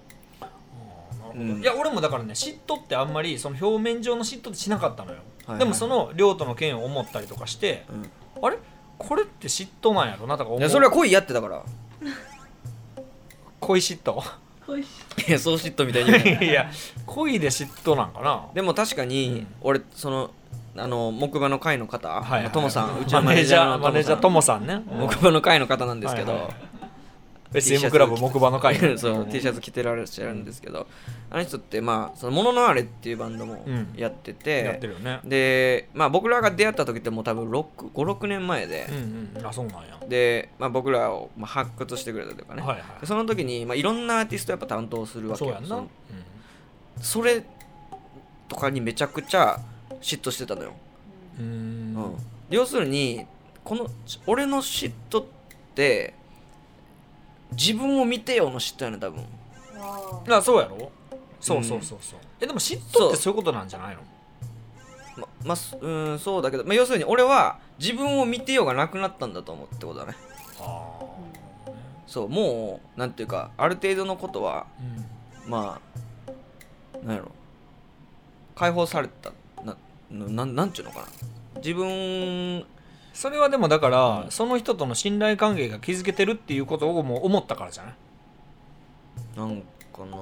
[SPEAKER 3] うん
[SPEAKER 2] いや俺もだからね嫉妬ってあんまりその表面上の嫉妬ってしなかったのよ、
[SPEAKER 3] いはい
[SPEAKER 2] でもその亮との件を思ったりとかして、
[SPEAKER 3] うん
[SPEAKER 2] あれこれって嫉妬なんやろなとか
[SPEAKER 3] い
[SPEAKER 2] 思
[SPEAKER 3] や
[SPEAKER 2] う
[SPEAKER 3] それは恋やってだから
[SPEAKER 2] 恋嫉妬
[SPEAKER 4] 恋し
[SPEAKER 3] いやそう嫉妬みたい
[SPEAKER 2] いや恋で嫉妬なんかな
[SPEAKER 3] でも確かに、
[SPEAKER 2] うん
[SPEAKER 3] 俺そのあの木馬の会の方、
[SPEAKER 2] はいはい
[SPEAKER 3] トモさんうちの
[SPEAKER 2] マ
[SPEAKER 3] マ
[SPEAKER 2] ネ
[SPEAKER 3] ネ
[SPEAKER 2] ー
[SPEAKER 3] ー
[SPEAKER 2] ジ
[SPEAKER 3] ジ
[SPEAKER 2] ャ
[SPEAKER 3] ャ
[SPEAKER 2] ー
[SPEAKER 3] ー
[SPEAKER 2] マ
[SPEAKER 3] の
[SPEAKER 2] ネージャー
[SPEAKER 3] ト
[SPEAKER 2] と
[SPEAKER 3] モ
[SPEAKER 2] もさんね
[SPEAKER 3] さん木馬の会の方なんですけど、
[SPEAKER 2] はいはい
[SPEAKER 3] T シ
[SPEAKER 2] SM
[SPEAKER 3] ャツ
[SPEAKER 2] クラブ木馬の会
[SPEAKER 3] そう T シャツ着てらっしゃるんですけど、あの人ってまあ「そのもののあれ」っていうバンドも
[SPEAKER 2] うん
[SPEAKER 3] やって
[SPEAKER 2] やって
[SPEAKER 3] て、
[SPEAKER 2] るよね
[SPEAKER 3] で、まあ、僕らが出会った時ってもう多分56年前で
[SPEAKER 2] う、んうんあそうなんや
[SPEAKER 3] で、まあ、僕らをまあ発掘してくれたというかね、
[SPEAKER 2] はいはい
[SPEAKER 3] でその時に、まあ、いろんなアーティストやっぱ担当するわけ
[SPEAKER 2] そう
[SPEAKER 3] よ
[SPEAKER 2] やんな
[SPEAKER 3] そ
[SPEAKER 2] うん
[SPEAKER 3] のそれとかにめちゃくちゃ嫉妬してたのよ、
[SPEAKER 2] うーん
[SPEAKER 3] うん要するにこの俺の嫉妬って自分を見てよの嫉妬やね多分
[SPEAKER 4] あ
[SPEAKER 2] あそうやろそうそうそうそうえでも嫉妬
[SPEAKER 3] そ
[SPEAKER 2] っ
[SPEAKER 3] う
[SPEAKER 2] てそういうことなんじゃないの
[SPEAKER 3] ままあすうーんそうだけど、まあ、要するに俺は自分を見てようがなくなったんだと思うってことだね
[SPEAKER 2] あ
[SPEAKER 3] そうもうなんていうかある程度のことは
[SPEAKER 2] あうん
[SPEAKER 3] まあなんやろ解放されたなななんなんちゅうのかな自分
[SPEAKER 2] それはでもだから、その人との信頼関係が築けてるっていうことをもう思ったからじゃない
[SPEAKER 3] なんかな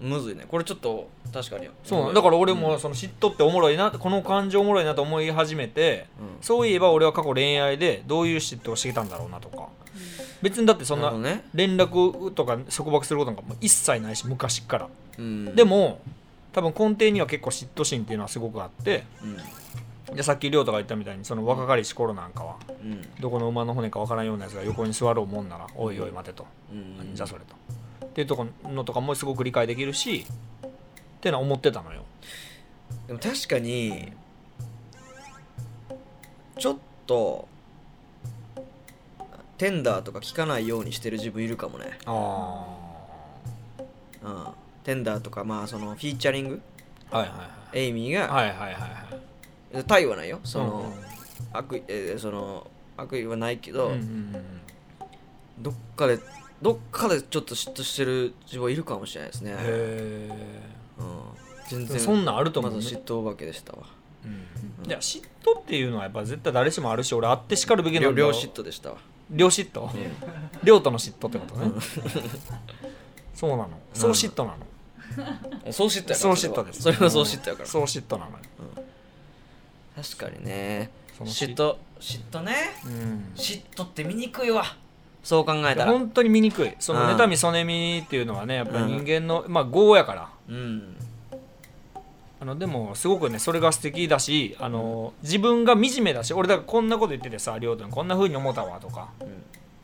[SPEAKER 3] むずいねこれちょっと確かに
[SPEAKER 2] そうだから俺
[SPEAKER 3] うん
[SPEAKER 2] もその嫉妬っておもろいなこの感情おもろいなと思い始めて、
[SPEAKER 3] うん
[SPEAKER 2] そういえば俺は過去恋愛でどういう嫉妬をしてきたんだろうなとか別にだってそん
[SPEAKER 3] なる
[SPEAKER 2] な
[SPEAKER 3] ほどね
[SPEAKER 2] 連絡とか束縛することなんかもう一切ないし昔っから、
[SPEAKER 3] うん
[SPEAKER 2] で、も多分根底には結構嫉妬心っていうのはすごくあって
[SPEAKER 3] うん
[SPEAKER 2] でさっき亮太が言ったみたいにその若かりし頃なんかは
[SPEAKER 3] うん
[SPEAKER 2] どこの馬の骨かわからんようなやつが横に座ろうもんなら「おいおい待て」と。
[SPEAKER 3] うん
[SPEAKER 2] なんじゃそれと。っていうとこのとかもすごく理解できるしってのは思ってたのよ。
[SPEAKER 3] でも確かにちょっとテンダーとか聞かないようにしてる自分いるかもね、うん、テンダーとかまあそのフィーチャリング
[SPEAKER 2] はいはいはい。
[SPEAKER 3] エイミーが
[SPEAKER 2] はいはいはいはい。
[SPEAKER 3] タイはないよその、
[SPEAKER 2] うん
[SPEAKER 3] 悪意えーその悪意はないけ
[SPEAKER 2] う
[SPEAKER 3] ど、
[SPEAKER 2] んうんうん
[SPEAKER 3] どっかでどっかでちょっと嫉妬してる自分いるかもしれないですね、
[SPEAKER 2] へ
[SPEAKER 3] うん、全
[SPEAKER 2] え
[SPEAKER 3] 然
[SPEAKER 2] そんなんあると思
[SPEAKER 3] ま
[SPEAKER 2] う
[SPEAKER 3] ず
[SPEAKER 2] ね、
[SPEAKER 3] 嫉妬化けでしたわ
[SPEAKER 2] うんいや嫉妬っていうのはやっぱ絶対誰しもあるし俺あってしかるべきなんだ
[SPEAKER 3] 両
[SPEAKER 2] よ
[SPEAKER 3] 両嫉妬でしたわ
[SPEAKER 2] 両嫉妬両との嫉妬ってことねそうなのそう嫉妬なの
[SPEAKER 3] そう嫉妬やから
[SPEAKER 2] そう嫉妬です
[SPEAKER 3] それはそう嫉妬やから
[SPEAKER 2] そう嫉妬なのよ
[SPEAKER 3] 確かにね
[SPEAKER 2] その嫉
[SPEAKER 3] 嫉妬嫉妬ね
[SPEAKER 2] うん
[SPEAKER 3] 嫉妬って醜いわそう考えたら
[SPEAKER 2] 本当に醜いその
[SPEAKER 3] うん
[SPEAKER 2] 妬み嫉みっていうのはねやっぱり
[SPEAKER 3] う
[SPEAKER 2] 人
[SPEAKER 3] ん
[SPEAKER 2] 間のまあ業やから
[SPEAKER 3] うん
[SPEAKER 2] あのでもすごくねそれが素敵だしあの自分が惨めだし俺だからこんなこと言っててさ亮太にこんな風に思ったわとか
[SPEAKER 3] ん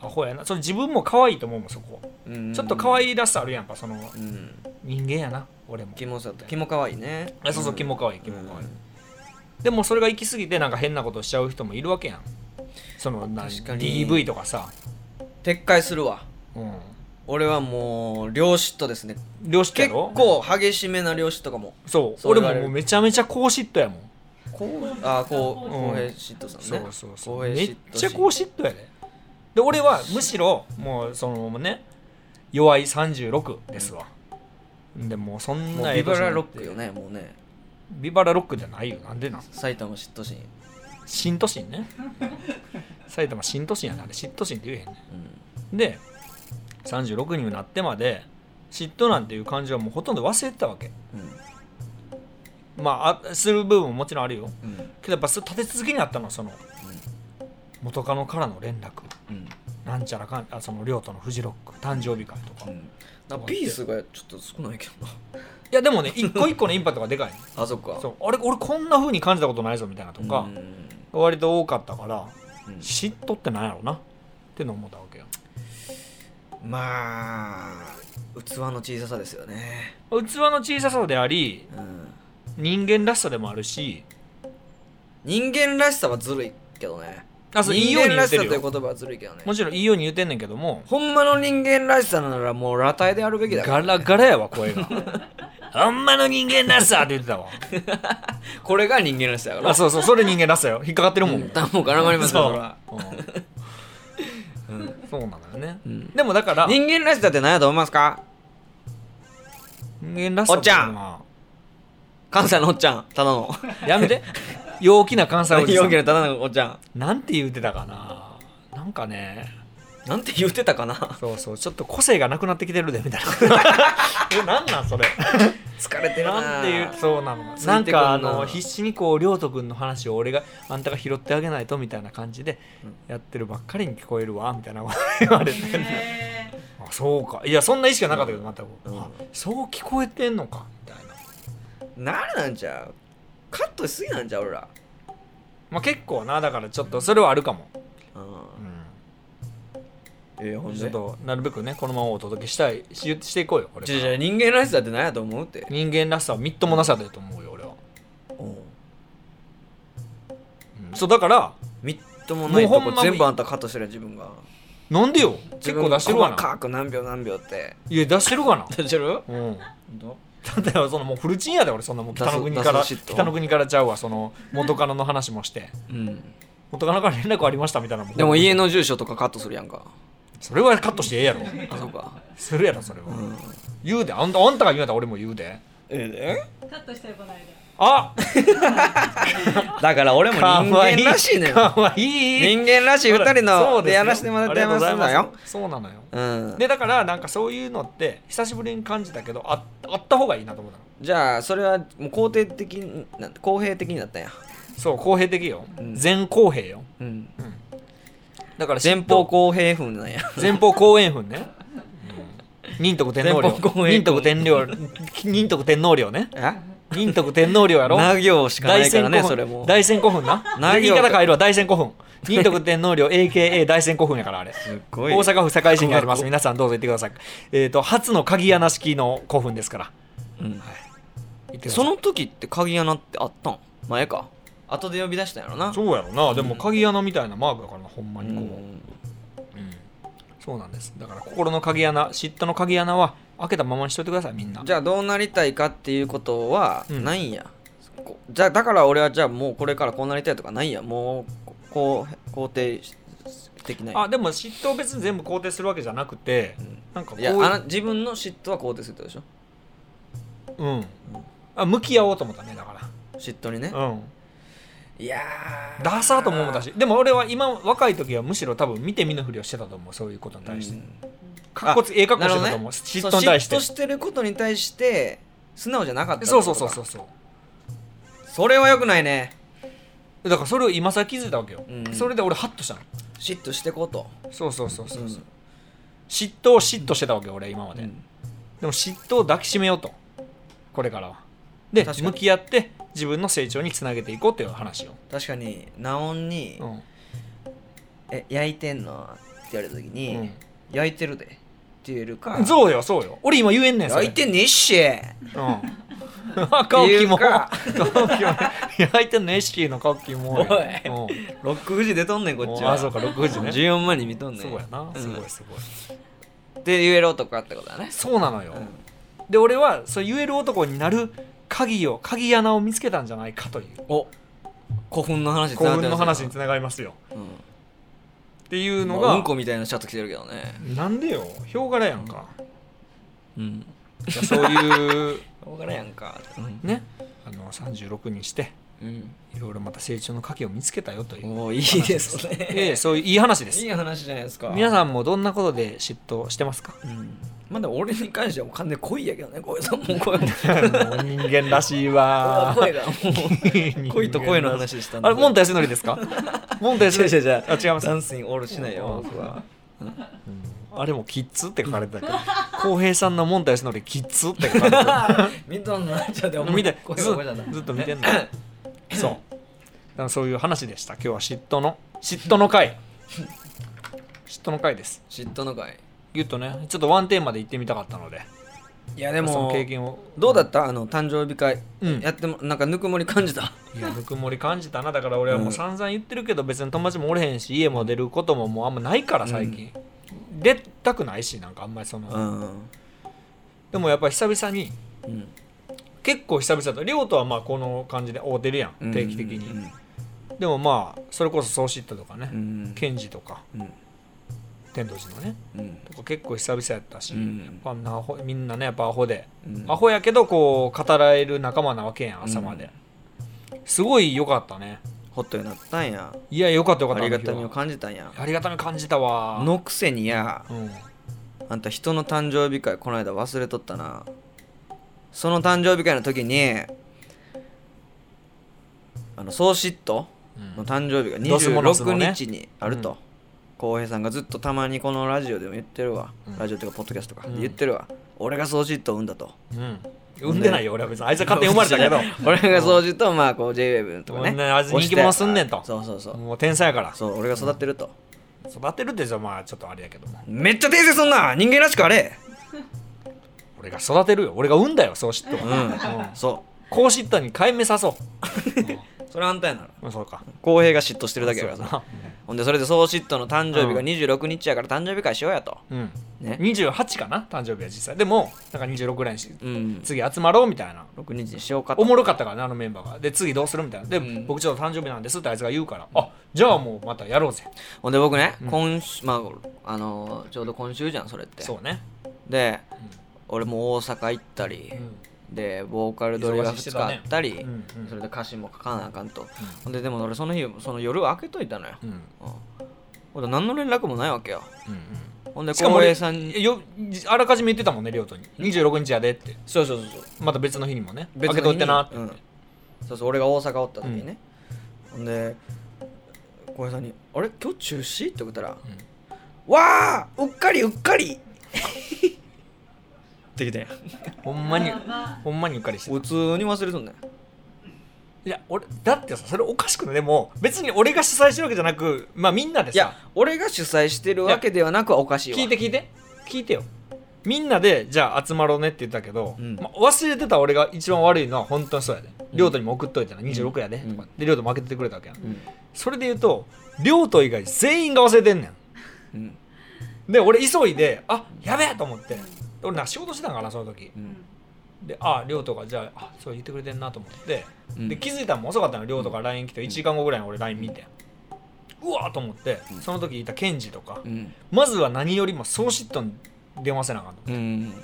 [SPEAKER 2] アホやなそれ自分も可愛いと思うもんそこ
[SPEAKER 3] うん
[SPEAKER 2] ちょっと可愛いらしさあるやんやっぱその
[SPEAKER 3] うん
[SPEAKER 2] 人間やな俺も
[SPEAKER 3] キモさとキモ可愛いね
[SPEAKER 2] あそうそうキモ可愛いキ
[SPEAKER 3] キ
[SPEAKER 2] モ
[SPEAKER 3] モ
[SPEAKER 2] 可
[SPEAKER 3] 可
[SPEAKER 2] 愛
[SPEAKER 3] 愛
[SPEAKER 2] い
[SPEAKER 3] い
[SPEAKER 2] でもそれが行き過ぎてなんか変なことしちゃう人もいるわけやんそのな
[SPEAKER 3] 確かに
[SPEAKER 2] DV とかさ、
[SPEAKER 3] 撤回するわ
[SPEAKER 2] うん、
[SPEAKER 3] 俺はもう両嫉妬ですね
[SPEAKER 2] 両親や
[SPEAKER 3] 結
[SPEAKER 2] ろ
[SPEAKER 3] 構激しめな両嫉妬かも
[SPEAKER 2] そう
[SPEAKER 3] そう
[SPEAKER 2] 俺
[SPEAKER 3] 言われ
[SPEAKER 2] も
[SPEAKER 3] る
[SPEAKER 2] もうめちゃめちゃ高嫉妬やもん
[SPEAKER 3] こうあこう
[SPEAKER 2] うん
[SPEAKER 3] 公平嫉妬さん
[SPEAKER 2] そう
[SPEAKER 3] ね
[SPEAKER 2] そうそう、
[SPEAKER 3] 公平
[SPEAKER 2] め
[SPEAKER 3] 嫉
[SPEAKER 2] っ
[SPEAKER 3] 妬
[SPEAKER 2] ちゃ高嫉妬やでで俺はむしろもうそのね弱い36ですわ、でもうそん
[SPEAKER 3] も
[SPEAKER 2] な
[SPEAKER 3] う
[SPEAKER 2] ええ年
[SPEAKER 3] ビバ
[SPEAKER 2] にな
[SPEAKER 3] ラ
[SPEAKER 2] って
[SPEAKER 3] ロックよねもうね
[SPEAKER 2] ビバラロックじゃないよなんでなん
[SPEAKER 3] 埼玉嫉妬心
[SPEAKER 2] 新都心ね 埼玉新都心やなあれ新都心って言えへんねで36にもなってまで嫉妬なんていう感情はもうほとんど忘れてたわけ
[SPEAKER 3] うんうん
[SPEAKER 2] まああする部分ももちろんあるよ
[SPEAKER 3] うん
[SPEAKER 2] けどやっぱそれ立て続けにあったのその元カノからの連絡
[SPEAKER 3] うん
[SPEAKER 2] なんちゃらかんあその亮とのフジロック誕生日会とか、
[SPEAKER 3] う
[SPEAKER 2] い
[SPEAKER 3] んなんかピースがちょっと少ないけどな
[SPEAKER 2] やでもね一個一個のインパクトがでかい
[SPEAKER 3] あ そっか
[SPEAKER 2] そうあれ俺こんな風に感じたことないぞみたいなとか、
[SPEAKER 3] うん
[SPEAKER 2] 割と多かったから
[SPEAKER 3] うん
[SPEAKER 2] 嫉妬ってなんやろうなってのを思ったわけよ
[SPEAKER 3] まあ器の小ささですよね
[SPEAKER 2] 器の小ささであり
[SPEAKER 3] うん
[SPEAKER 2] 人間らしさでもあるし
[SPEAKER 3] 人間らしさはずるいけどね
[SPEAKER 2] あそういいよ
[SPEAKER 3] 人
[SPEAKER 2] うに
[SPEAKER 3] 間
[SPEAKER 2] 言
[SPEAKER 3] ら
[SPEAKER 2] っ
[SPEAKER 3] してさ
[SPEAKER 2] る
[SPEAKER 3] という
[SPEAKER 2] よ
[SPEAKER 3] 言葉はずるいけどね
[SPEAKER 2] もちろんいいように言うてんねんけども
[SPEAKER 3] ほんまの人間らしさならもう裸体であるべきだから
[SPEAKER 2] ガラガラやわ声が あんまの人間らしさって言ってたわ
[SPEAKER 3] これが人間らしさやか
[SPEAKER 2] あ
[SPEAKER 3] ら
[SPEAKER 2] そうそうそれ人間らしさよ引っかかってるもん、
[SPEAKER 3] だもう絡まりますよ
[SPEAKER 2] そう
[SPEAKER 3] そら
[SPEAKER 2] うんそうなのよね、
[SPEAKER 3] ん
[SPEAKER 2] でもだから
[SPEAKER 3] 人間らしさって何やと思いますか
[SPEAKER 2] 人間らしさっていうのは
[SPEAKER 3] 関西のおっちゃんただの
[SPEAKER 2] や めて陽気な関西おじさ
[SPEAKER 3] 陽気
[SPEAKER 2] ん
[SPEAKER 3] のただのおっちゃん
[SPEAKER 2] なんて言うてたかななんかね
[SPEAKER 3] なんて言ってたかな
[SPEAKER 2] そうそうちょっと個性がなくなってきてるでみたい なえなんなんそれ
[SPEAKER 3] 疲れてるな
[SPEAKER 2] なんていうそうなの
[SPEAKER 3] ついてくんな
[SPEAKER 2] なんかあの必死にこう亮斗君の話を俺があんたが拾ってあげないとみたいな感じでやってるばっかりに聞こえるわみたいなこと言われ て
[SPEAKER 4] ね
[SPEAKER 2] あそうかいやそんな意識はなかったけど全く、
[SPEAKER 3] うん
[SPEAKER 2] あそう聞こえてんのかみたいな、
[SPEAKER 3] なるなんちゃうカットしすぎなんちゃう俺ら
[SPEAKER 2] まあ、結構なだからちょっとそれはあるかも、
[SPEAKER 3] う
[SPEAKER 2] うん
[SPEAKER 3] ええほ
[SPEAKER 2] ん、
[SPEAKER 3] ん
[SPEAKER 2] ちょっ
[SPEAKER 3] で
[SPEAKER 2] となるべくねこのままお届けしたいししていこうよこれか
[SPEAKER 3] じ
[SPEAKER 2] ら
[SPEAKER 3] ゃじゃ人間らしさって何やと思うって
[SPEAKER 2] 人間らしさはみっともなさだと思うよ俺は、うんそうだから
[SPEAKER 3] みっともない
[SPEAKER 2] も
[SPEAKER 3] と
[SPEAKER 2] うほ
[SPEAKER 3] こ
[SPEAKER 2] んま
[SPEAKER 3] 全部あんたカットしてるやん自分が
[SPEAKER 2] なんでよ結構出してるわ
[SPEAKER 3] 細
[SPEAKER 2] な
[SPEAKER 3] かく何秒何秒って
[SPEAKER 2] いや出してるかな
[SPEAKER 3] 出してる
[SPEAKER 2] うんだよそのもうフルチンやで俺そんなもう北の国
[SPEAKER 3] 出す
[SPEAKER 2] から
[SPEAKER 3] 出す嫉妬
[SPEAKER 2] 北の国からちゃうわその元カノの話もして
[SPEAKER 3] うん
[SPEAKER 2] 元カノから連絡ありましたみたいなもん
[SPEAKER 3] でも家の住所とかカットするやんか
[SPEAKER 2] それはカットしてええやろ
[SPEAKER 3] あそうか
[SPEAKER 2] するやろそれは、
[SPEAKER 3] うん
[SPEAKER 2] 言うであんたあんたが言うんやったら俺も言うで
[SPEAKER 3] え
[SPEAKER 4] えカットしたいこないで
[SPEAKER 2] あ
[SPEAKER 3] だから俺も人
[SPEAKER 2] かわいい
[SPEAKER 3] 間らしいねん
[SPEAKER 2] かわいい
[SPEAKER 3] 人間らしい二人
[SPEAKER 2] そ
[SPEAKER 3] の
[SPEAKER 2] うで
[SPEAKER 3] です
[SPEAKER 2] よ
[SPEAKER 3] やらせてもらってます
[SPEAKER 2] ありがとうご
[SPEAKER 3] だ
[SPEAKER 2] ざい
[SPEAKER 3] よ
[SPEAKER 2] すそうなのよ
[SPEAKER 3] うん
[SPEAKER 2] でだからなんかそういうのって久しぶりに感じたけどああった方がいいなと思ったの
[SPEAKER 3] じゃあそれはもう肯定的になんて公平的になったんや
[SPEAKER 2] そう公平的よ、
[SPEAKER 3] ん
[SPEAKER 2] 全公平よ
[SPEAKER 3] うん
[SPEAKER 2] だから
[SPEAKER 3] 前方公平風なんや
[SPEAKER 2] 前方後円墳ね、 仁徳天皇陵
[SPEAKER 3] 前方後円
[SPEAKER 2] 仁
[SPEAKER 3] 墳
[SPEAKER 2] 徳天領仁徳天皇陵ね仁徳天皇陵やろ
[SPEAKER 3] な行しかないからね
[SPEAKER 2] 大仙古墳
[SPEAKER 3] それも
[SPEAKER 2] 大仙古墳な
[SPEAKER 3] な行
[SPEAKER 2] 言い方変えるわ大仙古墳仁徳天皇陵 AKA 大仙古墳やからあれ
[SPEAKER 3] すご
[SPEAKER 2] 大
[SPEAKER 3] い
[SPEAKER 2] 阪府堺市にありま
[SPEAKER 3] こ
[SPEAKER 2] す
[SPEAKER 3] こ
[SPEAKER 2] 皆さんどうぞ行ってくださいえっ、と初の鍵穴式の古墳ですから
[SPEAKER 3] うん
[SPEAKER 2] 行ってくださ
[SPEAKER 3] そ
[SPEAKER 2] い
[SPEAKER 3] の時って鍵穴ってあったん前か後で呼び出したんやろ な
[SPEAKER 2] そうやろなでも鍵穴みたいなマークだからなほんま
[SPEAKER 3] う
[SPEAKER 2] にこう、
[SPEAKER 3] ん
[SPEAKER 2] うんそうなんですだから心の鍵穴嫉妬の鍵穴は開けたままにしといてくださいみんな
[SPEAKER 3] じゃあどうなりたいかっていうことは
[SPEAKER 2] うん
[SPEAKER 3] ないんや、こじゃあだから俺はじゃあもうこれからこうなりたいとかないんやもうこう肯定しできない
[SPEAKER 2] あでも嫉妬を別に全部肯定するわけじゃなくて、
[SPEAKER 3] ん
[SPEAKER 2] なんかこう
[SPEAKER 3] い
[SPEAKER 2] い
[SPEAKER 3] や
[SPEAKER 2] う
[SPEAKER 3] あな自分の嫉妬は肯定するってことでし
[SPEAKER 2] うんあ向き合おうと思ったねだか
[SPEAKER 3] ょ嫉妬にね
[SPEAKER 2] らうん
[SPEAKER 3] いやー
[SPEAKER 2] ダサーとも思ったしでも俺は今若い時はむしろ多分見て見ぬふりをしてたと思うそういうことに対して、
[SPEAKER 3] うん
[SPEAKER 2] かっこつええかっこ
[SPEAKER 3] なる
[SPEAKER 2] し
[SPEAKER 3] ほ
[SPEAKER 2] てたと
[SPEAKER 3] どね
[SPEAKER 2] 思う、嫉妬に対して
[SPEAKER 3] そう嫉妬してることに対して素直じゃなかったって
[SPEAKER 2] そ
[SPEAKER 3] こ
[SPEAKER 2] う
[SPEAKER 3] と
[SPEAKER 2] そう
[SPEAKER 3] か
[SPEAKER 2] そうそうそう
[SPEAKER 3] それはよくないね
[SPEAKER 2] だからそれを今さ気づいたわけよ、
[SPEAKER 3] うん
[SPEAKER 2] それで俺ハッとしたの
[SPEAKER 3] 嫉妬してこうと
[SPEAKER 2] そうそうそうそう、う
[SPEAKER 3] うん
[SPEAKER 2] 嫉妬を嫉妬してたわけよ俺今まで、
[SPEAKER 3] うん
[SPEAKER 2] でも嫉妬を抱きしめようとこれからはで
[SPEAKER 3] 確かに
[SPEAKER 2] 向き合って自分の成長につなげていこうっていう話を、
[SPEAKER 3] 確かにナオンに
[SPEAKER 2] うん
[SPEAKER 3] 「え焼いてんの?」って言われた時に
[SPEAKER 2] うん
[SPEAKER 3] 「焼いてるで」って言えるか
[SPEAKER 2] そうよそうよ俺今言えんねんそれ
[SPEAKER 3] 焼いてねえっし
[SPEAKER 2] うん 顔キモ
[SPEAKER 3] っていうか
[SPEAKER 2] 顔キモ焼いてんのエシキーの顔キモや
[SPEAKER 3] おい
[SPEAKER 2] うん
[SPEAKER 3] ロック富士出とんねんこっち
[SPEAKER 2] お
[SPEAKER 3] は
[SPEAKER 2] あそうか6時ね
[SPEAKER 3] 14万人見とんねん
[SPEAKER 2] そうやな
[SPEAKER 3] うん
[SPEAKER 2] すごいすごい、
[SPEAKER 3] って言える男ってことだね
[SPEAKER 2] そうなのよ、で俺はそう言える男になる鍵を鍵穴を見つけたんじゃないかという
[SPEAKER 3] お古墳の話に
[SPEAKER 2] 幸
[SPEAKER 3] 繋がっ
[SPEAKER 2] 運
[SPEAKER 3] てる
[SPEAKER 2] の話につながりますよ
[SPEAKER 3] う
[SPEAKER 2] っていうんの
[SPEAKER 3] まあ
[SPEAKER 2] が、
[SPEAKER 3] うんこみたいなシャツ着てるけどね
[SPEAKER 2] なんでよヒョウ柄やんか、
[SPEAKER 3] うん
[SPEAKER 2] じゃあそういう
[SPEAKER 3] 分からやんかうん
[SPEAKER 2] ねあの36にして
[SPEAKER 3] うん
[SPEAKER 2] いろいろまた成長の鍵を見つけたよという、
[SPEAKER 3] おおいいです
[SPEAKER 2] ええ
[SPEAKER 3] ね
[SPEAKER 2] そういういい話です
[SPEAKER 3] いい話じゃないですか
[SPEAKER 2] 皆さんもどんなことで嫉妬して ますか
[SPEAKER 3] うんまあでも俺に関してはもう完全に恋やけどねこいつはもう 恋
[SPEAKER 2] 人間らしい わ
[SPEAKER 3] 声 がもう恋と恋の話でしたんで
[SPEAKER 2] あれモンタヤスノリです かモンタヤスノリ
[SPEAKER 3] 違う違う違う
[SPEAKER 2] あ違います
[SPEAKER 3] ダンスインオールしないよ僕 は
[SPEAKER 2] あれもキッズって書かれてたけど浩平さんのモンタヤスノリキッズって書かれてた
[SPEAKER 3] 見とんのなっちゃって
[SPEAKER 2] 見て
[SPEAKER 3] 声
[SPEAKER 2] ず
[SPEAKER 3] が声じゃない
[SPEAKER 2] ずっと見てんの そうだからそういう話でした今日は嫉妬の嫉妬の回嫉妬の回です
[SPEAKER 3] 嫉妬のかい
[SPEAKER 2] ぎゅっとねちょっとワンテーマで行ってみたかったので
[SPEAKER 3] いやで
[SPEAKER 2] その
[SPEAKER 3] も
[SPEAKER 2] 経験を
[SPEAKER 3] どうだったあの誕生日会
[SPEAKER 2] うん
[SPEAKER 3] やってもなんかぬくもり感じた
[SPEAKER 2] いやぬくもり感じたなだから俺はもう散々言ってるけど別に友達もおれへんし家も出ることももうあんまないから最近、出たくないしなんかあんまりその、
[SPEAKER 3] うん
[SPEAKER 2] でもやっぱり久々に
[SPEAKER 3] うん
[SPEAKER 2] 結構久々と亮とはまあこの感じで会うてるやん定期的に、
[SPEAKER 3] うん
[SPEAKER 2] でもまあそれこそソーシットとかね、
[SPEAKER 3] うん
[SPEAKER 2] ケンジとか
[SPEAKER 3] うん
[SPEAKER 2] 天童寺のね
[SPEAKER 3] うん
[SPEAKER 2] とか結構久々やったし、
[SPEAKER 3] うん
[SPEAKER 2] やっぱなアホみんなねやっぱアホで、
[SPEAKER 3] うん
[SPEAKER 2] アホやけどこう語られる仲間なわけやん朝まで、
[SPEAKER 3] うん
[SPEAKER 2] すごい良かったね
[SPEAKER 3] ホットになったんや
[SPEAKER 2] いや良かった良かっ
[SPEAKER 3] あ
[SPEAKER 2] た
[SPEAKER 3] りがたみ
[SPEAKER 2] あの
[SPEAKER 3] を
[SPEAKER 2] 日
[SPEAKER 3] 感じたんや
[SPEAKER 2] はありがたみ感じたわ
[SPEAKER 3] のくせにや
[SPEAKER 2] うん
[SPEAKER 3] あんた人の誕生日会この間忘れとったなその誕生日会の時にあのソーシットの誕生日が
[SPEAKER 2] ドスモノスのね
[SPEAKER 3] 26日にあると浩、平さんがずっとたまにこのラジオでも言ってるわ、
[SPEAKER 2] ん
[SPEAKER 3] ラジオとかポッドキャストとか
[SPEAKER 2] う
[SPEAKER 3] で
[SPEAKER 2] ん
[SPEAKER 3] 言ってるわ、俺がソーシットを生んだと
[SPEAKER 2] うん産んでないよ俺は別にあいつは勝手に生まれた けど
[SPEAKER 3] 俺がソーシットをまあこう JWEB とかね
[SPEAKER 2] こんなあいつ
[SPEAKER 3] 押し
[SPEAKER 2] 人
[SPEAKER 3] て
[SPEAKER 2] 気者すんねんと
[SPEAKER 3] そう そうそう
[SPEAKER 2] もう天才やから
[SPEAKER 3] そう俺が育てると、
[SPEAKER 2] 育てるってじゃまあちょっとあれやけども
[SPEAKER 3] めっちゃ訂正そんな人間らしくあれ
[SPEAKER 2] 俺が育てるよ俺が産んだよそう嫉妬
[SPEAKER 3] う
[SPEAKER 2] は、
[SPEAKER 3] んそ
[SPEAKER 2] こう嫉妬に解明さそう
[SPEAKER 3] うそれあんたやなら
[SPEAKER 2] うんそうか
[SPEAKER 3] 浩平が嫉妬してるだけやから
[SPEAKER 2] そう
[SPEAKER 3] さ
[SPEAKER 2] だな
[SPEAKER 3] ほんでそれでソーシットの誕生日が
[SPEAKER 2] うん
[SPEAKER 3] 26日やから誕生日会しようやと。
[SPEAKER 2] うん
[SPEAKER 3] ね。
[SPEAKER 2] 28かな誕生日は実際でもなんか26ぐらいにし
[SPEAKER 3] うん。
[SPEAKER 2] 次集まろうみたいな
[SPEAKER 3] 6日にしようか
[SPEAKER 2] お
[SPEAKER 3] と。
[SPEAKER 2] もろかったからねあのメンバーがで次どうするみたいなで、
[SPEAKER 3] うん
[SPEAKER 2] 僕ちょっと誕生日なんですってあいつが言うからあじゃあもうまたやろうぜ
[SPEAKER 3] ほんで僕ね、今週、まあ、あのーちょうど今週じゃん、それって。
[SPEAKER 2] そうね、
[SPEAKER 3] で、俺も大阪行ったり、で、ボーカル撮りが
[SPEAKER 2] 忙しいして
[SPEAKER 3] 2日
[SPEAKER 2] た
[SPEAKER 3] あ
[SPEAKER 2] ね
[SPEAKER 3] ったり、
[SPEAKER 2] うんうん
[SPEAKER 3] それで歌詞も書かなあかんと。ほんで、でも俺その日、その夜は開けといたのよ。
[SPEAKER 2] うんうん
[SPEAKER 3] うんほんで、何の連絡もないわけよ。
[SPEAKER 2] うん
[SPEAKER 3] ほんで、
[SPEAKER 2] しかも
[SPEAKER 3] 浩
[SPEAKER 2] 俺
[SPEAKER 3] 平さんに。
[SPEAKER 2] よあらかじめ言ってたもんね、リオトに。26日やでって。
[SPEAKER 3] そうそうそうそう。
[SPEAKER 2] また別の日にもね。
[SPEAKER 3] 別
[SPEAKER 2] 別け
[SPEAKER 3] の日
[SPEAKER 2] と
[SPEAKER 3] に
[SPEAKER 2] ってなって。
[SPEAKER 3] うん、そうそう俺が大阪おった時にね、ほんで小林さんに「あれ今日中止?」って言ったら「わあうっかりうっかり! 」って きて
[SPEAKER 2] ほんまに、
[SPEAKER 4] ま
[SPEAKER 2] ほんまにうっかりして
[SPEAKER 3] 普
[SPEAKER 2] た。
[SPEAKER 3] 通に忘れとんねん
[SPEAKER 2] いや、俺、だってさ、それおかしくないでも、別に俺が主催してるわけじゃなく、まあみんなで
[SPEAKER 3] いや
[SPEAKER 2] さ、
[SPEAKER 3] 俺が主催してるわけではなくはおかしいわ
[SPEAKER 2] 聞いて聞いて、聞いてよ。みんなで、じゃあ集まろうねって言ったけど、
[SPEAKER 3] うん
[SPEAKER 2] まあ忘れてた俺が一番悪いのは本当にそうやで。リョウトにも送っといたら26やで。
[SPEAKER 3] うん
[SPEAKER 2] とかで、リョウト負けててくれたわけやん。
[SPEAKER 3] うん、
[SPEAKER 2] それで言うと、リョウト以外全員が忘れてんねん。
[SPEAKER 3] うん
[SPEAKER 2] で俺急いであやべえと思って俺なんか仕事してたんかなその時
[SPEAKER 3] う
[SPEAKER 4] うんん
[SPEAKER 2] であ亮斗がじゃああそう言ってくれてんなと思って、
[SPEAKER 3] うん
[SPEAKER 2] で気づいたのも遅かったの亮斗が LINE 来て1時間後ぐらいに俺 LINE 見て、うわーと思って、その時いたケンジとか、
[SPEAKER 3] うん
[SPEAKER 2] まずは何よりもソーシットに電話せなあかんと
[SPEAKER 3] うん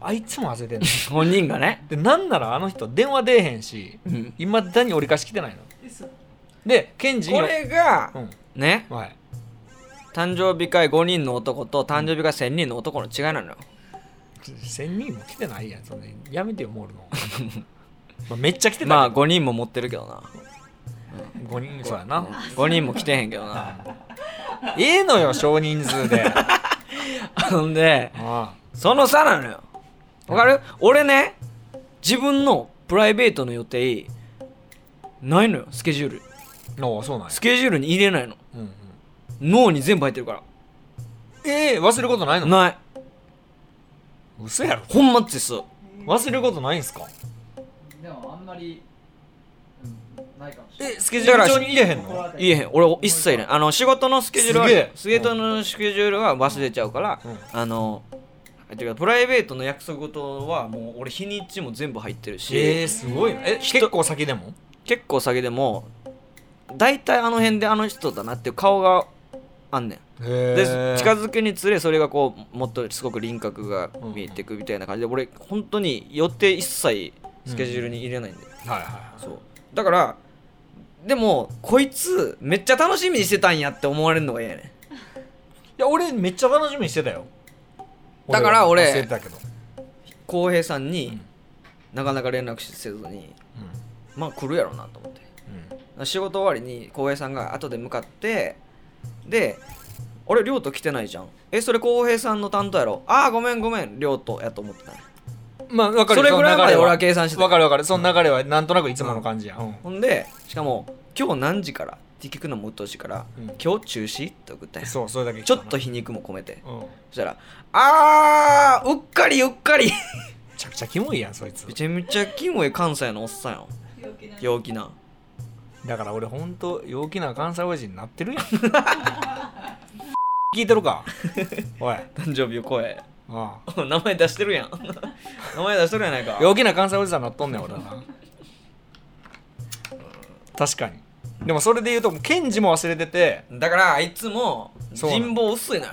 [SPEAKER 2] あいつも焦ってん の
[SPEAKER 3] 本人がね
[SPEAKER 2] でなんならあの人電話出えへんし
[SPEAKER 3] うん
[SPEAKER 2] いまだに折り返し来てないの
[SPEAKER 4] 嘘
[SPEAKER 2] でケンジに
[SPEAKER 3] これが
[SPEAKER 2] うん
[SPEAKER 3] ね
[SPEAKER 2] はい
[SPEAKER 3] 誕生日会5人の男と誕生日会1000人の男の違いなのよ
[SPEAKER 2] 1000人も来てないやんそんなやめてよモー ルのまあめっちゃ来てたけど、
[SPEAKER 3] ま
[SPEAKER 2] ま
[SPEAKER 3] あ5人も持ってるけどな
[SPEAKER 2] 5人そうやな、
[SPEAKER 3] 5人も来てへんけどな
[SPEAKER 2] ええのよ少人数 であ
[SPEAKER 3] ほんで
[SPEAKER 2] あ
[SPEAKER 3] その差なのよわかる俺ね自分のプライベートの予定ないのよスケジュール
[SPEAKER 2] おうそうなんや
[SPEAKER 3] ス、ケジュールに入れないの
[SPEAKER 2] うんうん、
[SPEAKER 3] 脳に全部入ってるか
[SPEAKER 2] ええ忘れることない
[SPEAKER 3] ら
[SPEAKER 2] の
[SPEAKER 3] ない
[SPEAKER 2] 嘘やろ
[SPEAKER 3] ほんまです
[SPEAKER 2] 忘れることないんすか
[SPEAKER 5] でもあんまり、うん、ないかもしれない
[SPEAKER 2] えスケジュール帳に入れへんの
[SPEAKER 3] 言えへん俺一切ないあの仕事のスケジュールは
[SPEAKER 2] すげえ
[SPEAKER 3] 仕事のスケジュールは忘れちゃうから、
[SPEAKER 2] うん
[SPEAKER 3] あのていうかプライベートの約束事はもう俺日にちも全部入ってるし、
[SPEAKER 2] ええすごいなえ結構先でも
[SPEAKER 3] 結構下げでも大体あの辺であの人だなっていう顔があんねん
[SPEAKER 2] へ
[SPEAKER 3] で
[SPEAKER 2] え
[SPEAKER 3] 近づくにつれそれがこうもっとすごく輪郭が見えてくみたいな感じで俺本当に予定一切スケジュールに入れないんだよ、
[SPEAKER 2] はいはい
[SPEAKER 3] そうだからでもこいつめっちゃ楽しみにしてたんやって思われるのが嫌やね
[SPEAKER 2] いや俺めっちゃ楽しみにしてたよ
[SPEAKER 3] だから俺
[SPEAKER 2] 忘れてたけど、
[SPEAKER 3] 浩平さんに、
[SPEAKER 2] うん
[SPEAKER 3] なかなか連絡せずに
[SPEAKER 2] う
[SPEAKER 3] まあ来るやろうなと思って
[SPEAKER 2] んうん、
[SPEAKER 3] 仕事終わりに浩平さんが後で向かってで「あれ亮斗来てないじゃんえそれ浩平さんの担当やろああごめんごめん亮斗やと思ってた
[SPEAKER 2] まあ、わかる
[SPEAKER 3] それぐらいまで
[SPEAKER 2] その流れ
[SPEAKER 3] 俺は計算してた
[SPEAKER 2] わかるわかる。その流れはなんとなくいつもの感じや。うん。
[SPEAKER 3] ほんでしかも「今日何時から?」って聞くのもうっとうしいから「
[SPEAKER 2] うん
[SPEAKER 3] 今日中止?」って送ったんや
[SPEAKER 2] そう、それだけ。
[SPEAKER 3] ちょっと。皮肉も込めて
[SPEAKER 2] うん。め
[SPEAKER 3] そしたら「あーうっかりうっかり」
[SPEAKER 2] ちゃくちゃキモいやん、そいつ
[SPEAKER 3] め。ちゃめちゃキモい関西のおっさんやん
[SPEAKER 4] 陽気な
[SPEAKER 3] 陽気な
[SPEAKER 2] だから俺ほんと、陽気な関西親父になってるやん。 聞いてる かおい。
[SPEAKER 3] 誕生日を超え
[SPEAKER 2] あ
[SPEAKER 3] 名前出してるやん 名前出してるやないか
[SPEAKER 2] あ陽気な関西おじさんになっとんねん、俺はな。確かに。でもそれで言うと、ケンジも忘れてて、
[SPEAKER 3] だからあいつも
[SPEAKER 2] そうなの
[SPEAKER 3] 人望薄いのよ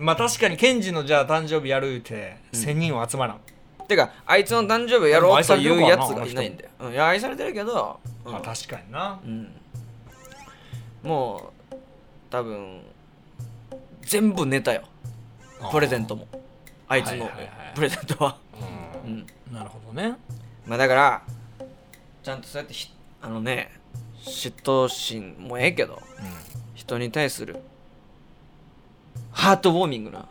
[SPEAKER 2] まあ確かにケンジのじゃあ誕生日やる言うて、1000人は集まらん。
[SPEAKER 3] てかあいつの誕生日をやろうというやつ
[SPEAKER 2] でも愛されてるからなあの
[SPEAKER 3] が
[SPEAKER 2] 人
[SPEAKER 3] いないんだよ、うん、いや愛されてるけど、うん
[SPEAKER 2] まあ確かにな。
[SPEAKER 3] うんもう多分全部寝たよプレゼントもあいつの
[SPEAKER 2] はいはいはい
[SPEAKER 3] プレゼントは、
[SPEAKER 2] う
[SPEAKER 3] うん
[SPEAKER 2] ん。なるほどね。
[SPEAKER 3] まあだからちゃんとそうやってひあのね嫉妬心もええけど
[SPEAKER 2] うん。
[SPEAKER 3] 人に対するハートウォーミングな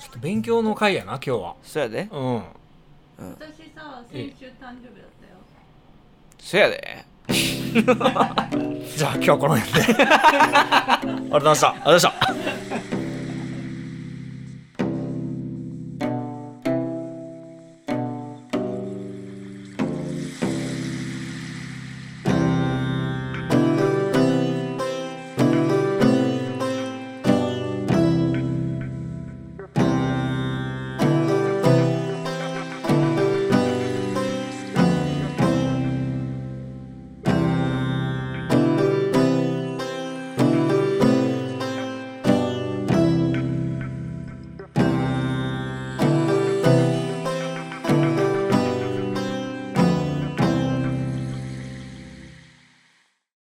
[SPEAKER 2] ちょっと勉強の回やな、今日は。
[SPEAKER 3] そやで
[SPEAKER 2] うん。
[SPEAKER 4] 私さ先週誕生日だったよ
[SPEAKER 3] そやで
[SPEAKER 2] じゃあ今日はこの辺で。ありがとうございました。ありがとうございました。